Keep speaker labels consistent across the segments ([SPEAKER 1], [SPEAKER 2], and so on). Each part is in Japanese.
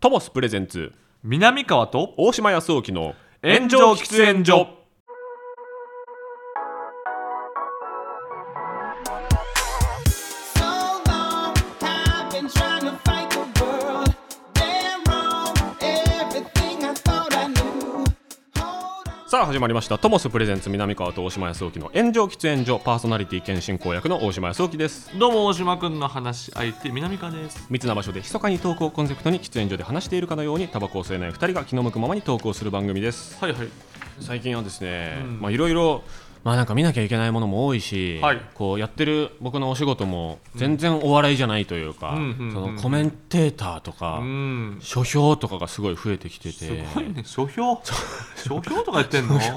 [SPEAKER 1] トモスプレゼンツ
[SPEAKER 2] 南川と
[SPEAKER 1] 大島康沖の
[SPEAKER 2] 炎上喫煙所
[SPEAKER 1] さあ始まりましたトモスプレゼンツ南川と大島康沖の炎上喫煙所パーソナリティ兼進行役の大島康沖です
[SPEAKER 2] どうも大島くんの話し相手南川です
[SPEAKER 1] 密な場所で密かにトークをコンセプトに喫煙所で話しているかのようにタバコを吸えない2人が気の向くままにトークをする番組です
[SPEAKER 2] はいはい
[SPEAKER 1] 最近はですね、
[SPEAKER 2] うん
[SPEAKER 1] まあいろいろまあなんか見なきゃいけないものも多いし、
[SPEAKER 2] はい
[SPEAKER 1] こうやってる僕のお仕事も全然お笑いじゃないというか、
[SPEAKER 2] うんうん
[SPEAKER 1] そ
[SPEAKER 2] うん
[SPEAKER 1] のコメンテーターとか、
[SPEAKER 2] うん
[SPEAKER 1] 書評とかがすごい増えてきてて
[SPEAKER 2] すごいね書評書評とか言ってんのもうち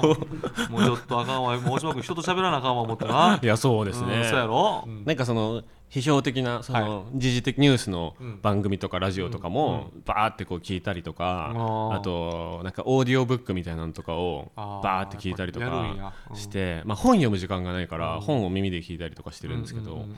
[SPEAKER 2] ょっとあかんわもう大島君人と喋らなあかんわ思ったない
[SPEAKER 1] やそうです
[SPEAKER 2] う
[SPEAKER 1] ね
[SPEAKER 2] ん、そうやろ、うん
[SPEAKER 1] なんかその批評的なその時事的ニュースの
[SPEAKER 2] うん
[SPEAKER 1] 番組とかラジオとかもバーってこう聞いたりとか
[SPEAKER 2] あー
[SPEAKER 1] あとなんかオーディオブックみたいなのとかを
[SPEAKER 2] あー
[SPEAKER 1] バーって聞いたりと
[SPEAKER 2] やるんや
[SPEAKER 1] か
[SPEAKER 2] うん
[SPEAKER 1] してまあ本読む時間がないから本を耳で聞いたりとかしてるんですけ
[SPEAKER 2] う
[SPEAKER 1] ど
[SPEAKER 2] んうん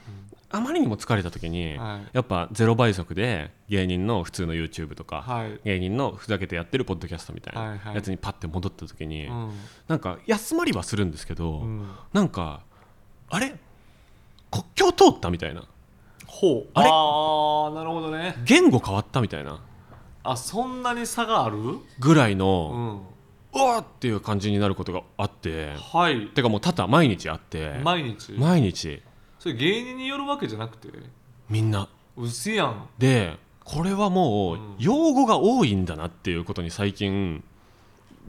[SPEAKER 1] あまりにも疲れた時に
[SPEAKER 2] はい
[SPEAKER 1] やっぱゼロ倍速で芸人の普通の YouTube とか
[SPEAKER 2] はい
[SPEAKER 1] 芸人のふざけてやってるポッドキャストみたい
[SPEAKER 2] はいは
[SPEAKER 1] ないやつにパッて戻った時に
[SPEAKER 2] うん
[SPEAKER 1] なんか休まりはするんですけど、
[SPEAKER 2] うん
[SPEAKER 1] なんかあれ国境通ったみたいな
[SPEAKER 2] ほう
[SPEAKER 1] あれ
[SPEAKER 2] ああなるほどね
[SPEAKER 1] 言語変わったみたいな
[SPEAKER 2] あそんなに差があるうん
[SPEAKER 1] ぐらいの、うわーっていう感じになることがあって
[SPEAKER 2] はい
[SPEAKER 1] てかもう多々毎日あって
[SPEAKER 2] 毎日
[SPEAKER 1] 毎日
[SPEAKER 2] それ芸人によるわけじゃなくて
[SPEAKER 1] みんな
[SPEAKER 2] うせやん
[SPEAKER 1] でこれはもう
[SPEAKER 2] うん
[SPEAKER 1] 用語が多いんだなっていうことに最近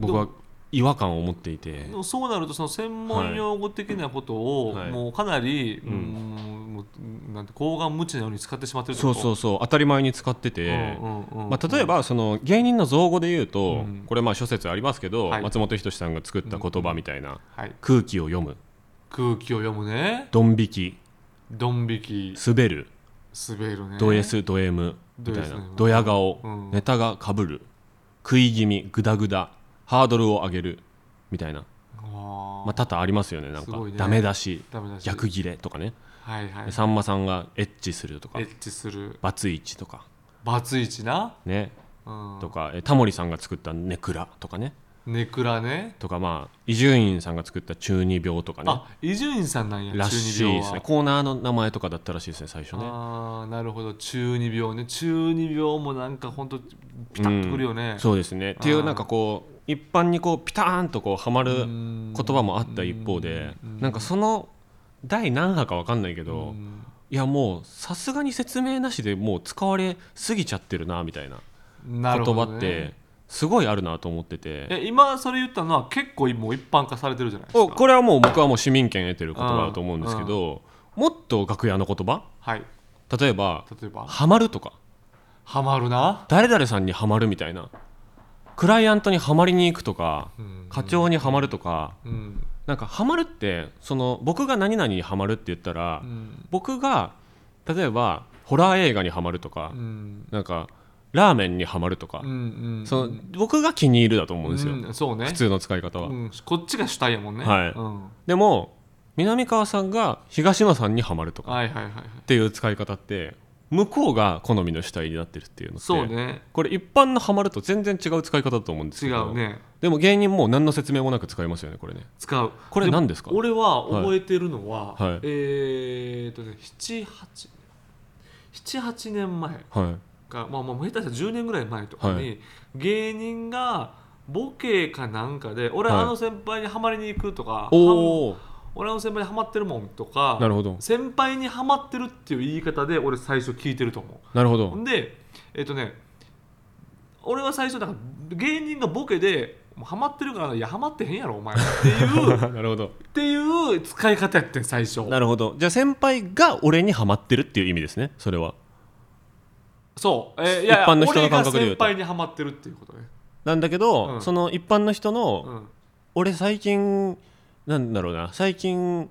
[SPEAKER 1] 僕は
[SPEAKER 2] ど
[SPEAKER 1] 違和感を持っていて
[SPEAKER 2] でもそうなるとその専門用語的なことを、
[SPEAKER 1] はい
[SPEAKER 2] もうかなり、
[SPEAKER 1] うん
[SPEAKER 2] うんもうなんて抗がん無知のように使ってしまってるって
[SPEAKER 1] そ
[SPEAKER 2] こ
[SPEAKER 1] う
[SPEAKER 2] と
[SPEAKER 1] そうそう当たり前に使ってて
[SPEAKER 2] うんうんうん
[SPEAKER 1] まあ、例えばその芸人の造語で言うと、
[SPEAKER 2] うん
[SPEAKER 1] これまあ諸説ありますけど、
[SPEAKER 2] はい
[SPEAKER 1] 松本人志さんが作った言葉みたいな、
[SPEAKER 2] はい、
[SPEAKER 1] 空気を読む
[SPEAKER 2] 空気を読むね
[SPEAKER 1] ドン引き
[SPEAKER 2] ドン引き
[SPEAKER 1] 滑る
[SPEAKER 2] 滑るね
[SPEAKER 1] ド S ド M みたい
[SPEAKER 2] ド S ね
[SPEAKER 1] なドヤ顔、
[SPEAKER 2] うん
[SPEAKER 1] ネタがかぶる食い気味グダグダハードルを上げるみたいな、
[SPEAKER 2] あ
[SPEAKER 1] まあ、
[SPEAKER 2] た
[SPEAKER 1] 多々ありますよねなん
[SPEAKER 2] す
[SPEAKER 1] か、
[SPEAKER 2] ごいね
[SPEAKER 1] ダメ出し
[SPEAKER 2] ダメだし
[SPEAKER 1] 逆ギレとかね、
[SPEAKER 2] はいはい
[SPEAKER 1] でさんまさんがエッチするとか
[SPEAKER 2] エッチする
[SPEAKER 1] バツイチとか
[SPEAKER 2] バツイチな、
[SPEAKER 1] ね
[SPEAKER 2] うん、
[SPEAKER 1] とかえタモリさんが作ったネクラとかね
[SPEAKER 2] ネクラね
[SPEAKER 1] とかまあ伊集院さんが作った中二病とかね
[SPEAKER 2] あ伊集院さんなんや
[SPEAKER 1] らし
[SPEAKER 2] 中
[SPEAKER 1] い
[SPEAKER 2] 二病
[SPEAKER 1] で
[SPEAKER 2] は
[SPEAKER 1] すねコーナーの名前とかだったらしいですね最初ね
[SPEAKER 2] ああなるほど中二病ね中二病もなんかほんとピタッとくるよね、
[SPEAKER 1] そうですねってい
[SPEAKER 2] あ
[SPEAKER 1] う
[SPEAKER 2] ー
[SPEAKER 1] なんかこう一般にこうピターンとこうはまる
[SPEAKER 2] ん
[SPEAKER 1] 言葉もあった一方で
[SPEAKER 2] うん
[SPEAKER 1] なんかその第何波か分かんないけ
[SPEAKER 2] う
[SPEAKER 1] ど
[SPEAKER 2] ん
[SPEAKER 1] いやもうさすがに説明なしでもう使われすぎちゃってるなみたいな
[SPEAKER 2] なる
[SPEAKER 1] 言
[SPEAKER 2] ほ
[SPEAKER 1] 葉
[SPEAKER 2] どね
[SPEAKER 1] ってすごいあるなと思ってて
[SPEAKER 2] え今それ言ったのは結構もう一般化されてるじゃないです
[SPEAKER 1] お
[SPEAKER 2] か
[SPEAKER 1] これはもう僕はもう市民権得てる言葉だと思うんですけどもっと楽屋の言葉
[SPEAKER 2] はい
[SPEAKER 1] 例えば
[SPEAKER 2] 例えば
[SPEAKER 1] ハマるとか
[SPEAKER 2] ハマるな
[SPEAKER 1] 誰々さんにはまるみたいなクライアントにはまりに行くとか
[SPEAKER 2] うん
[SPEAKER 1] 課長にはまるとか
[SPEAKER 2] うん
[SPEAKER 1] なんかハマるってその僕が何々にハマるって言ったら、
[SPEAKER 2] うん
[SPEAKER 1] 僕が例えばホラー映画にハマるとか、
[SPEAKER 2] うん
[SPEAKER 1] なんかラーメンにハマるとか、
[SPEAKER 2] うんうん
[SPEAKER 1] その僕が気に入るだと思うんですよ、
[SPEAKER 2] うんそうね
[SPEAKER 1] 普通の使い方は、
[SPEAKER 2] うんこっちが主体やもんね
[SPEAKER 1] はい
[SPEAKER 2] うん
[SPEAKER 1] でも南川さんが東野さんにハマるとか
[SPEAKER 2] はいはいはいはい
[SPEAKER 1] っていう使い方って向こうが好みの主体になってるっていうのって
[SPEAKER 2] そうね
[SPEAKER 1] これ一般のハマると全然違う使い方だと思うんです
[SPEAKER 2] 違
[SPEAKER 1] けど
[SPEAKER 2] うね
[SPEAKER 1] でも芸人もう何の説明もなく使いますよねこれね
[SPEAKER 2] 使う
[SPEAKER 1] これ何ですか
[SPEAKER 2] 俺は覚えてるの
[SPEAKER 1] は
[SPEAKER 2] は、
[SPEAKER 1] いはい
[SPEAKER 2] えーっとね7878年前
[SPEAKER 1] はい
[SPEAKER 2] か、まあ、まあ下手したら10年ぐらい前とかに、
[SPEAKER 1] は
[SPEAKER 2] 芸人がボケかなんかで俺
[SPEAKER 1] はい
[SPEAKER 2] あの先輩にはまりに行くとか、
[SPEAKER 1] おお
[SPEAKER 2] はん俺あの先輩にはまってるもんとか
[SPEAKER 1] なるほど
[SPEAKER 2] 先輩にはまってるっていう言い方で俺最初聞いてると思
[SPEAKER 1] なるほ
[SPEAKER 2] うほ
[SPEAKER 1] ど
[SPEAKER 2] んでえっ、とね俺は最初だから芸人がボケで「もうハマってるからないやハマってへんやろお前」っていう
[SPEAKER 1] なるほど
[SPEAKER 2] っていう使い方やってん最初
[SPEAKER 1] なるほどじゃあ先輩が俺にハマってるっていう意味ですねそれは
[SPEAKER 2] そう、えーい
[SPEAKER 1] 一
[SPEAKER 2] やいや
[SPEAKER 1] 般の人の
[SPEAKER 2] 俺
[SPEAKER 1] 感
[SPEAKER 2] が
[SPEAKER 1] 覚で言
[SPEAKER 2] 先
[SPEAKER 1] うと
[SPEAKER 2] 輩にはまってるっていうことね、
[SPEAKER 1] なんだけど、
[SPEAKER 2] うん
[SPEAKER 1] その一般の人の、
[SPEAKER 2] うん、
[SPEAKER 1] 俺最近なんだろうな最近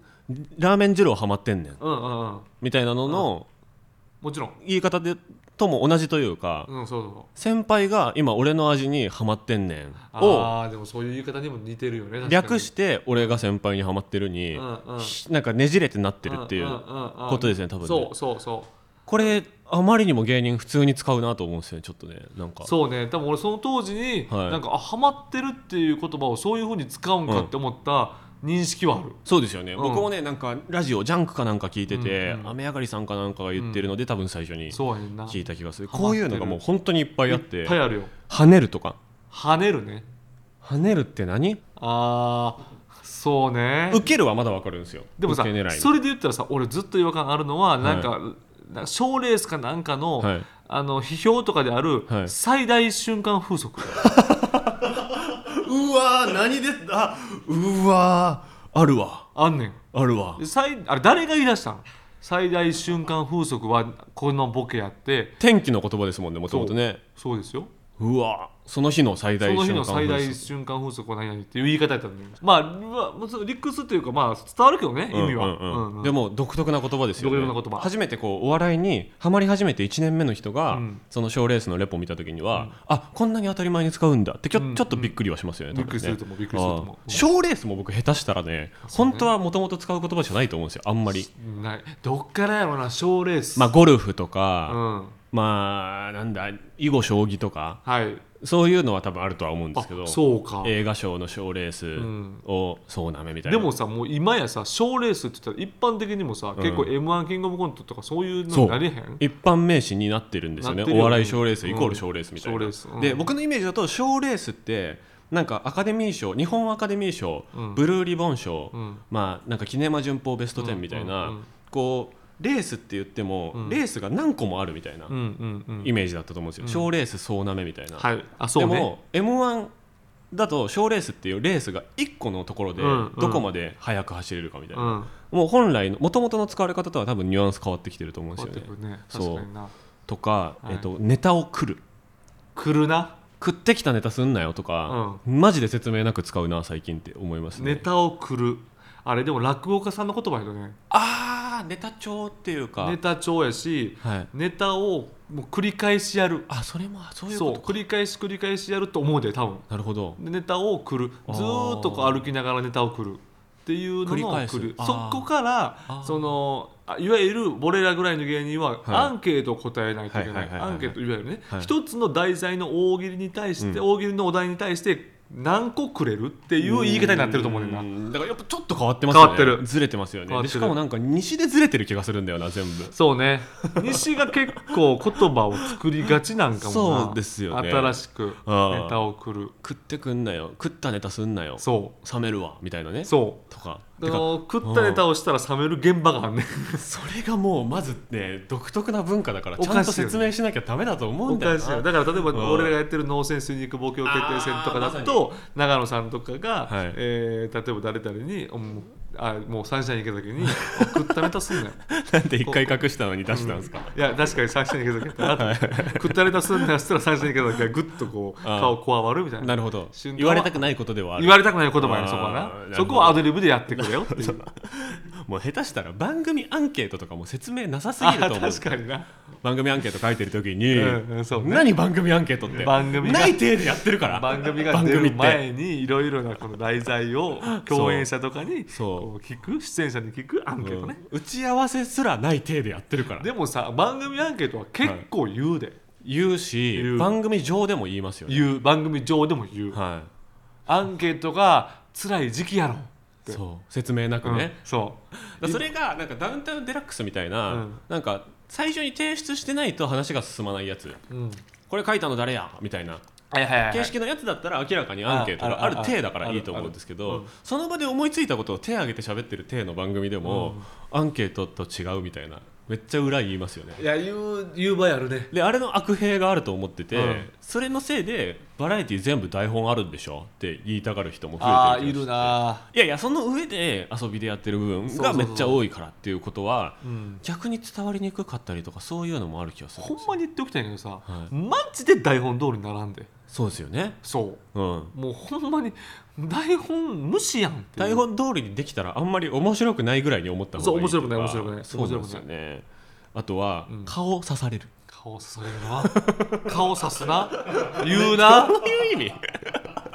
[SPEAKER 1] ラーメン二郎ハマってんねん
[SPEAKER 2] うんうんうん
[SPEAKER 1] みたいなのの
[SPEAKER 2] もちろん
[SPEAKER 1] 言い方でとも同じというか、
[SPEAKER 2] うんそうそうそう
[SPEAKER 1] 先輩が今俺の味にハマってんねんを
[SPEAKER 2] ああでもそういう言い方にも似てるよね確かに
[SPEAKER 1] 略して俺が先輩にハマってるに、
[SPEAKER 2] うんうん
[SPEAKER 1] ひなんかねじれてなってるっていう
[SPEAKER 2] こ
[SPEAKER 1] ことですね多分ね
[SPEAKER 2] そうそうそう
[SPEAKER 1] これあまりにも芸人普通に使うなと思うんですよねちょっとねなんか
[SPEAKER 2] そうね多分俺その当時に、
[SPEAKER 1] はい
[SPEAKER 2] なんかあハマってるっていう言葉をそういうふうに使うんかって思った認識はある、
[SPEAKER 1] そうですよね、
[SPEAKER 2] うん
[SPEAKER 1] 僕もねなんかラジオジャンクかなんか聞いてて、
[SPEAKER 2] うんうん
[SPEAKER 1] 雨上がりさんかなんかが言ってるので、多分最初に
[SPEAKER 2] そうやねんな
[SPEAKER 1] 聞いた気がする
[SPEAKER 2] ハマ
[SPEAKER 1] こ
[SPEAKER 2] っ
[SPEAKER 1] う
[SPEAKER 2] て
[SPEAKER 1] い
[SPEAKER 2] る
[SPEAKER 1] うのがもう本当にいっぱいあって
[SPEAKER 2] いっぱいあるよ
[SPEAKER 1] 跳ねるとか
[SPEAKER 2] 跳ねるね
[SPEAKER 1] 跳ねるって何
[SPEAKER 2] あーそうね
[SPEAKER 1] 受けるはまだわかるんですよ
[SPEAKER 2] でもさ
[SPEAKER 1] 受け狙い
[SPEAKER 2] それで言ったらさ俺ずっと違和感あるのはなんか賞、レースかなんかの、
[SPEAKER 1] はい
[SPEAKER 2] あの批評とかである
[SPEAKER 1] はい
[SPEAKER 2] 最大瞬間風速、
[SPEAKER 1] うわー何であうわーあるわ
[SPEAKER 2] あんねん
[SPEAKER 1] あるわ
[SPEAKER 2] で最あれ誰が言い出したん最大瞬間風速はこのボケやって
[SPEAKER 1] 天気の言葉ですもんねもともとね
[SPEAKER 2] そうですよ
[SPEAKER 1] うわその日の最
[SPEAKER 2] そ
[SPEAKER 1] 大
[SPEAKER 2] の日
[SPEAKER 1] 瞬間
[SPEAKER 2] の最
[SPEAKER 1] 風
[SPEAKER 2] 大
[SPEAKER 1] 速
[SPEAKER 2] 瞬間風速は何々っていう言い方やったんだよまあうわもうその理屈っていうかまあ伝わるけどね意味は、
[SPEAKER 1] うんうんうん
[SPEAKER 2] うんうん
[SPEAKER 1] でも独特な言葉ですよね
[SPEAKER 2] 独特な言葉
[SPEAKER 1] 初めてこうお笑いにハマり始めて1年目の人が、
[SPEAKER 2] うん
[SPEAKER 1] その賞レースのレポを見た時には、あこんなに当たり前に使うんだってちょ,、
[SPEAKER 2] うん
[SPEAKER 1] ちょっとびっくりはしますよね
[SPEAKER 2] びっ
[SPEAKER 1] 多
[SPEAKER 2] く
[SPEAKER 1] 分
[SPEAKER 2] りする
[SPEAKER 1] ね
[SPEAKER 2] と思うびっくりすると思
[SPEAKER 1] あー賞レースも僕下手したらね
[SPEAKER 2] そうね
[SPEAKER 1] 本当はもともと使う言葉じゃないと思うんですよあんまり、
[SPEAKER 2] うないどっからやろうな賞レース
[SPEAKER 1] まあ、ゴルフとか、
[SPEAKER 2] うん
[SPEAKER 1] まあなんだ囲碁将棋とか
[SPEAKER 2] はい
[SPEAKER 1] そういうのは多分あるとは思うんですけど
[SPEAKER 2] あそうか
[SPEAKER 1] 映画賞の賞レース
[SPEAKER 2] ん
[SPEAKER 1] をそうなめみたいな
[SPEAKER 2] でもさもう今やさ賞レースって言ったら一般的にもさ、結構 m 1キングオブコントとかそういうの
[SPEAKER 1] そう
[SPEAKER 2] になれへん
[SPEAKER 1] 一般名詞になってるんですよね
[SPEAKER 2] なってるよね
[SPEAKER 1] お笑い賞レースイコール賞レースみたいな、
[SPEAKER 2] うん賞レースうん
[SPEAKER 1] で僕のイメージだと賞レースってなんかアカデミー賞日本アカデミー賞、
[SPEAKER 2] うん
[SPEAKER 1] ブルーリボン賞、
[SPEAKER 2] うん
[SPEAKER 1] まあなんかキネマ旬報ベスト10みたいな、
[SPEAKER 2] うんうんうん
[SPEAKER 1] こうレースって言っても、
[SPEAKER 2] うん
[SPEAKER 1] レースが何個もあるみたいな
[SPEAKER 2] うんうんうん
[SPEAKER 1] イメージだったと思うんですよ賞、レース総なめみたいな、
[SPEAKER 2] はいあそう
[SPEAKER 1] で
[SPEAKER 2] ね
[SPEAKER 1] も m 1だと賞レースっていうレースが1個のところで
[SPEAKER 2] うんうん
[SPEAKER 1] どこまで速く走れるかみたいな、
[SPEAKER 2] うん
[SPEAKER 1] もう本来のもともとの使われ方とは多分ニュアンス変わってきてると思うんです
[SPEAKER 2] 変わ
[SPEAKER 1] よ
[SPEAKER 2] っ
[SPEAKER 1] ね
[SPEAKER 2] てくるね
[SPEAKER 1] そう
[SPEAKER 2] 確かにな
[SPEAKER 1] とか、
[SPEAKER 2] はい
[SPEAKER 1] えっとネタを来る
[SPEAKER 2] 来るな
[SPEAKER 1] 食ってきたネタすんなよとか、マジで説明なく使うな最近って思いますね
[SPEAKER 2] ネタを来るあれでも落語家さんの言葉やよね
[SPEAKER 1] ああネタ帳っていうか、
[SPEAKER 2] ネタ帳やし
[SPEAKER 1] はい
[SPEAKER 2] ネタをもう繰り返しやる
[SPEAKER 1] あそれもそういう
[SPEAKER 2] そ
[SPEAKER 1] こ
[SPEAKER 2] う
[SPEAKER 1] とか
[SPEAKER 2] 繰り返し繰り返しやると思うで多分
[SPEAKER 1] なるほど
[SPEAKER 2] でネタを来る
[SPEAKER 1] あー
[SPEAKER 2] ずーっとこう歩きながらネタを来るっていうの
[SPEAKER 1] 繰り
[SPEAKER 2] の
[SPEAKER 1] 返す
[SPEAKER 2] 来る
[SPEAKER 1] あ
[SPEAKER 2] そ
[SPEAKER 1] ー
[SPEAKER 2] こから
[SPEAKER 1] あー
[SPEAKER 2] そのあいわゆる俺らぐらいの芸人は
[SPEAKER 1] はい
[SPEAKER 2] アンケートを答えないといけな
[SPEAKER 1] はい
[SPEAKER 2] い
[SPEAKER 1] はいはいはい
[SPEAKER 2] アンケートいわゆるね
[SPEAKER 1] はい
[SPEAKER 2] 一つの題材の大喜利に対して
[SPEAKER 1] う
[SPEAKER 2] 大喜利のお題に対して何個くれるっていう言い方になってると思うねんな
[SPEAKER 1] なだからやっぱちょっと変わってますよね
[SPEAKER 2] 変わってる
[SPEAKER 1] ずれてますよね
[SPEAKER 2] 変わっ
[SPEAKER 1] で
[SPEAKER 2] てる
[SPEAKER 1] しかもなんか西でずれてる気がするんだよな全部
[SPEAKER 2] そうね西が結構言葉を作りがちなんかもな
[SPEAKER 1] そうですよね
[SPEAKER 2] 新しくネ
[SPEAKER 1] あー
[SPEAKER 2] タを来る
[SPEAKER 1] 食ってくんなよ食ったネタすんなよ
[SPEAKER 2] そ
[SPEAKER 1] 冷めるわみたいなね
[SPEAKER 2] うそ
[SPEAKER 1] とか
[SPEAKER 2] う
[SPEAKER 1] て
[SPEAKER 2] あ
[SPEAKER 1] か
[SPEAKER 2] の食ったネタをしたら冷める現場があんねん
[SPEAKER 1] それがもうまずね独特な文化だから
[SPEAKER 2] おか
[SPEAKER 1] ち
[SPEAKER 2] しい
[SPEAKER 1] ゃ
[SPEAKER 2] よね
[SPEAKER 1] んと説明しなきゃダメだと思う
[SPEAKER 2] お
[SPEAKER 1] んだよ
[SPEAKER 2] か
[SPEAKER 1] な
[SPEAKER 2] しいよだから例えば
[SPEAKER 1] うん
[SPEAKER 2] 俺らがやってる脳性水肉望郷決定戦とかだと、長野さんとかが、
[SPEAKER 1] はい
[SPEAKER 2] えー例えば誰々におもうあもうサンシャイン行けた時にお食ったネタすん なよ
[SPEAKER 1] なんで一回隠したのに出したんですか、
[SPEAKER 2] いや確かにサンシャイン行けた時やったなと思って食ったネタすんなよそしたらサンシャイン行けた時がぐっとこう
[SPEAKER 1] あー
[SPEAKER 2] 顔こわわるみたいな
[SPEAKER 1] なるほど
[SPEAKER 2] 瞬間は
[SPEAKER 1] 言われたくないことではある
[SPEAKER 2] 言われたくない言葉や
[SPEAKER 1] あー
[SPEAKER 2] ねそこは
[SPEAKER 1] なるほ
[SPEAKER 2] な
[SPEAKER 1] ど
[SPEAKER 2] そこはアドリブでやってくれ よっていう
[SPEAKER 1] もう下手したら番組アンケートとかも説明なさすぎ
[SPEAKER 2] あ
[SPEAKER 1] ると思う
[SPEAKER 2] ー 確かにな
[SPEAKER 1] 番組アンケート書いてる時に、
[SPEAKER 2] うんうんそうね
[SPEAKER 1] 何番組アンケートって
[SPEAKER 2] 番組が
[SPEAKER 1] ない体でやってるから
[SPEAKER 2] 番組が
[SPEAKER 1] 番
[SPEAKER 2] 出
[SPEAKER 1] 組
[SPEAKER 2] る
[SPEAKER 1] って
[SPEAKER 2] 前にいろいろなこの題材を共演者とかに
[SPEAKER 1] そう
[SPEAKER 2] こう聞く出演者に聞くアンケートね、
[SPEAKER 1] うん打ち合わせすらない体でやってるから
[SPEAKER 2] でもさ番組アンケートは結構言うで、
[SPEAKER 1] 言うし
[SPEAKER 2] 言う
[SPEAKER 1] 番組上でも言いますよね
[SPEAKER 2] 言う番組上でも言う、
[SPEAKER 1] は
[SPEAKER 2] アンケートが辛い時期やろ
[SPEAKER 1] いそう説明なく
[SPEAKER 2] うん
[SPEAKER 1] ね、
[SPEAKER 2] そ
[SPEAKER 1] だからそれがなんかダウンタウンデラックスみたいな、
[SPEAKER 2] うん
[SPEAKER 1] なんか最初に提出してないと話が進まないやつ
[SPEAKER 2] う、うん、
[SPEAKER 1] これ書いたの誰やみたいな
[SPEAKER 2] はいはいはい
[SPEAKER 1] 形式のやつだったら明らかにアンケートが
[SPEAKER 2] あ
[SPEAKER 1] あ
[SPEAKER 2] ある
[SPEAKER 1] る体だか
[SPEAKER 2] あ
[SPEAKER 1] ら
[SPEAKER 2] る
[SPEAKER 1] いいと思うんですけ
[SPEAKER 2] ある
[SPEAKER 1] ど
[SPEAKER 2] うん
[SPEAKER 1] その場で思いついたことを手挙げて喋ってる体の番組でもアンケートと違うみたいなめっちゃ裏言いますよね
[SPEAKER 2] いや言う言う場合あるね
[SPEAKER 1] であれの悪弊があると思ってて、
[SPEAKER 2] うん
[SPEAKER 1] それのせいでバラエティ全部台本あるんでしょって言いたがる人も増
[SPEAKER 2] ああ
[SPEAKER 1] えて
[SPEAKER 2] い
[SPEAKER 1] る気がして
[SPEAKER 2] るない
[SPEAKER 1] やいやその上で遊びでやってる部分
[SPEAKER 2] そうそう
[SPEAKER 1] が
[SPEAKER 2] そう
[SPEAKER 1] めっちゃ多いからっていうことは
[SPEAKER 2] ん
[SPEAKER 1] 逆に伝わりにくかったりとかそういうのもある気がする
[SPEAKER 2] ほんまに言っておきたいんやけどさ、
[SPEAKER 1] はい
[SPEAKER 2] マジで台本通りに並んで
[SPEAKER 1] そうですよね、
[SPEAKER 2] そう
[SPEAKER 1] うん、
[SPEAKER 2] もうほんまに台本無視やんってい
[SPEAKER 1] 台
[SPEAKER 2] う
[SPEAKER 1] 本通りにできたらあんまり面白くないぐらいに思った方がいい
[SPEAKER 2] そう
[SPEAKER 1] とか
[SPEAKER 2] 面白くない面白く
[SPEAKER 1] そ
[SPEAKER 2] ない
[SPEAKER 1] うなんですよねあとは、
[SPEAKER 2] ん
[SPEAKER 1] 顔刺される
[SPEAKER 2] 顔刺されるな顔刺すな言う な
[SPEAKER 1] どういう意味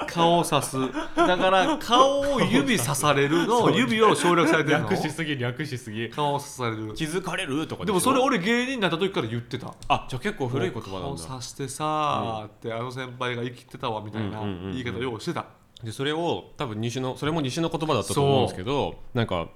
[SPEAKER 2] 顔を刺すだから顔を指刺されるの指を省略されてるの
[SPEAKER 1] 略しすぎ略しすぎ
[SPEAKER 2] 顔を刺される
[SPEAKER 1] 気づかれるとか
[SPEAKER 2] で
[SPEAKER 1] しょ
[SPEAKER 2] もそれ俺芸人になった時から言ってた
[SPEAKER 1] あじゃあ結構古い言葉なん
[SPEAKER 2] 顔
[SPEAKER 1] だ
[SPEAKER 2] 刺してさーってあの先輩が生きてたわみたいな
[SPEAKER 1] うんうんうんうん
[SPEAKER 2] 言い方ようしてた
[SPEAKER 1] でそれを多分西のそれも西の言葉だったと思うんですけどなんか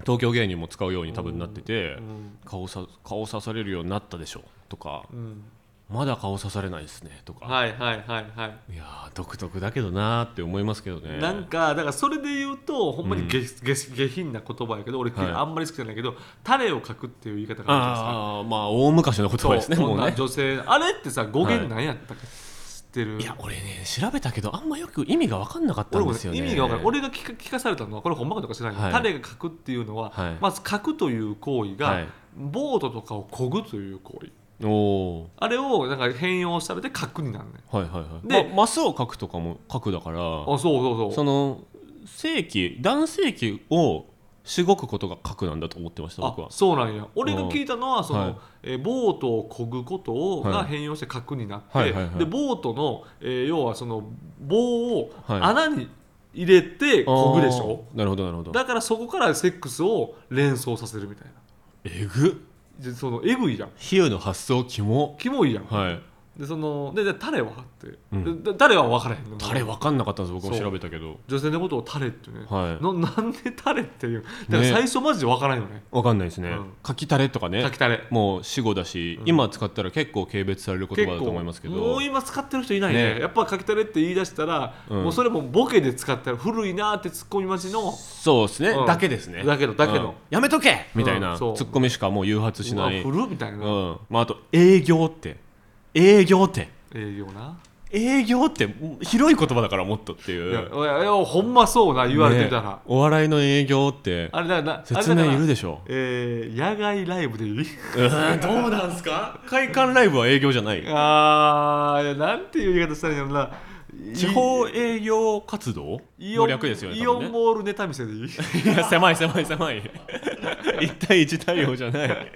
[SPEAKER 1] 東京芸人も使うように多分なってて、
[SPEAKER 2] うん
[SPEAKER 1] 顔さ顔刺されるようになったでしょとか
[SPEAKER 2] うん
[SPEAKER 1] まだ顔刺されないですねとか、
[SPEAKER 2] はいはいはいはい
[SPEAKER 1] い、やー独特だけどなーって思いますけどね
[SPEAKER 2] なんかだからそれで言うとほんまに下,、下下品な言葉やけど俺、
[SPEAKER 1] はい
[SPEAKER 2] あんまり好きじゃないけどタレをかくっていう言い方があるじゃないですか
[SPEAKER 1] ああまあ大昔の言葉ですね
[SPEAKER 2] そう
[SPEAKER 1] もう
[SPEAKER 2] 女
[SPEAKER 1] ね
[SPEAKER 2] 女性あれってさ語源何やったか知ってる、
[SPEAKER 1] いや俺ね調べたけどあんまよく意味が分かんなかった
[SPEAKER 2] 俺
[SPEAKER 1] ん
[SPEAKER 2] も
[SPEAKER 1] で
[SPEAKER 2] ね
[SPEAKER 1] すよね
[SPEAKER 2] 意味が分からない俺が聞か聞かされたのはこれほんまかとか知らないけど、
[SPEAKER 1] はい
[SPEAKER 2] タレが書くっていうのは、
[SPEAKER 1] はい
[SPEAKER 2] まず書くという行為が、
[SPEAKER 1] はい
[SPEAKER 2] ボートとかをこぐという行為
[SPEAKER 1] おお
[SPEAKER 2] あれをなんか変容されて書くになるねん
[SPEAKER 1] ーはいはいはい
[SPEAKER 2] で
[SPEAKER 1] で、まマスを書くとかも書くだから
[SPEAKER 2] あそうそうそ
[SPEAKER 1] そうの正規男性器をしごくことが核なんだと思ってました僕
[SPEAKER 2] あ
[SPEAKER 1] は
[SPEAKER 2] そうなんや俺が聞いたのはその、
[SPEAKER 1] はい
[SPEAKER 2] えーボートをこぐことを
[SPEAKER 1] は
[SPEAKER 2] が
[SPEAKER 1] い
[SPEAKER 2] 変容して書くになって、
[SPEAKER 1] はいはいはい
[SPEAKER 2] でボートの、えー要はその棒を
[SPEAKER 1] はい
[SPEAKER 2] 穴に入れてこぐでしょ、
[SPEAKER 1] あーなるほどなるほど
[SPEAKER 2] だからそこからセックスを連想させるみたいな
[SPEAKER 1] えぐ
[SPEAKER 2] でそのエグいやん
[SPEAKER 1] 比喩の発想キモ
[SPEAKER 2] キモいやん、
[SPEAKER 1] はい
[SPEAKER 2] でそのででタレはって、
[SPEAKER 1] うん
[SPEAKER 2] でタレは分からへんの
[SPEAKER 1] 誰分かんなかったんです僕も
[SPEAKER 2] そう
[SPEAKER 1] 調べたけど
[SPEAKER 2] 女性のことをタレってね、
[SPEAKER 1] はい
[SPEAKER 2] のなんでタレっていうだから
[SPEAKER 1] ね
[SPEAKER 2] 最初マジで分からんよね
[SPEAKER 1] 分かんないですね
[SPEAKER 2] うん
[SPEAKER 1] 書きたれとかね
[SPEAKER 2] かきタレ
[SPEAKER 1] もう死語だし
[SPEAKER 2] うん
[SPEAKER 1] 今使ったら結構軽蔑される言葉だと思いますけ
[SPEAKER 2] も
[SPEAKER 1] ど
[SPEAKER 2] う今使ってる人いないね
[SPEAKER 1] ね
[SPEAKER 2] やっぱかきタレって言い出したら、
[SPEAKER 1] うん
[SPEAKER 2] もうそれもボケで使ったら古いなーってツッコミ待ちの
[SPEAKER 1] そうです
[SPEAKER 2] う
[SPEAKER 1] ね
[SPEAKER 2] ん
[SPEAKER 1] だけですね
[SPEAKER 2] だけどだけど
[SPEAKER 1] うんやめとけみたいな
[SPEAKER 2] うん
[SPEAKER 1] ツ
[SPEAKER 2] そう
[SPEAKER 1] ッコミしかもう誘発しないう
[SPEAKER 2] わ
[SPEAKER 1] うん
[SPEAKER 2] 古みたいな、
[SPEAKER 1] まああと営業って営業って
[SPEAKER 2] 営業な、
[SPEAKER 1] 営業って広い言葉だからもっとってい
[SPEAKER 2] いうやいやいやほんまそうな言われてみたら、
[SPEAKER 1] ねお笑いの営業って
[SPEAKER 2] あれだからな
[SPEAKER 1] 説明いる
[SPEAKER 2] で
[SPEAKER 1] でしょ
[SPEAKER 2] えー、野外ライブでいい
[SPEAKER 1] うーんどうなんすか会館ライブは営業じゃない
[SPEAKER 2] あーいやなんていう言い方したらいいのかな
[SPEAKER 1] 地方営業活動
[SPEAKER 2] イオ
[SPEAKER 1] の
[SPEAKER 2] ン
[SPEAKER 1] 略ですよね
[SPEAKER 2] イ
[SPEAKER 1] 多
[SPEAKER 2] オ
[SPEAKER 1] 分
[SPEAKER 2] ン
[SPEAKER 1] ね
[SPEAKER 2] モールネタ見せでい い
[SPEAKER 1] いや狭い狭い狭 い一対一対応じゃない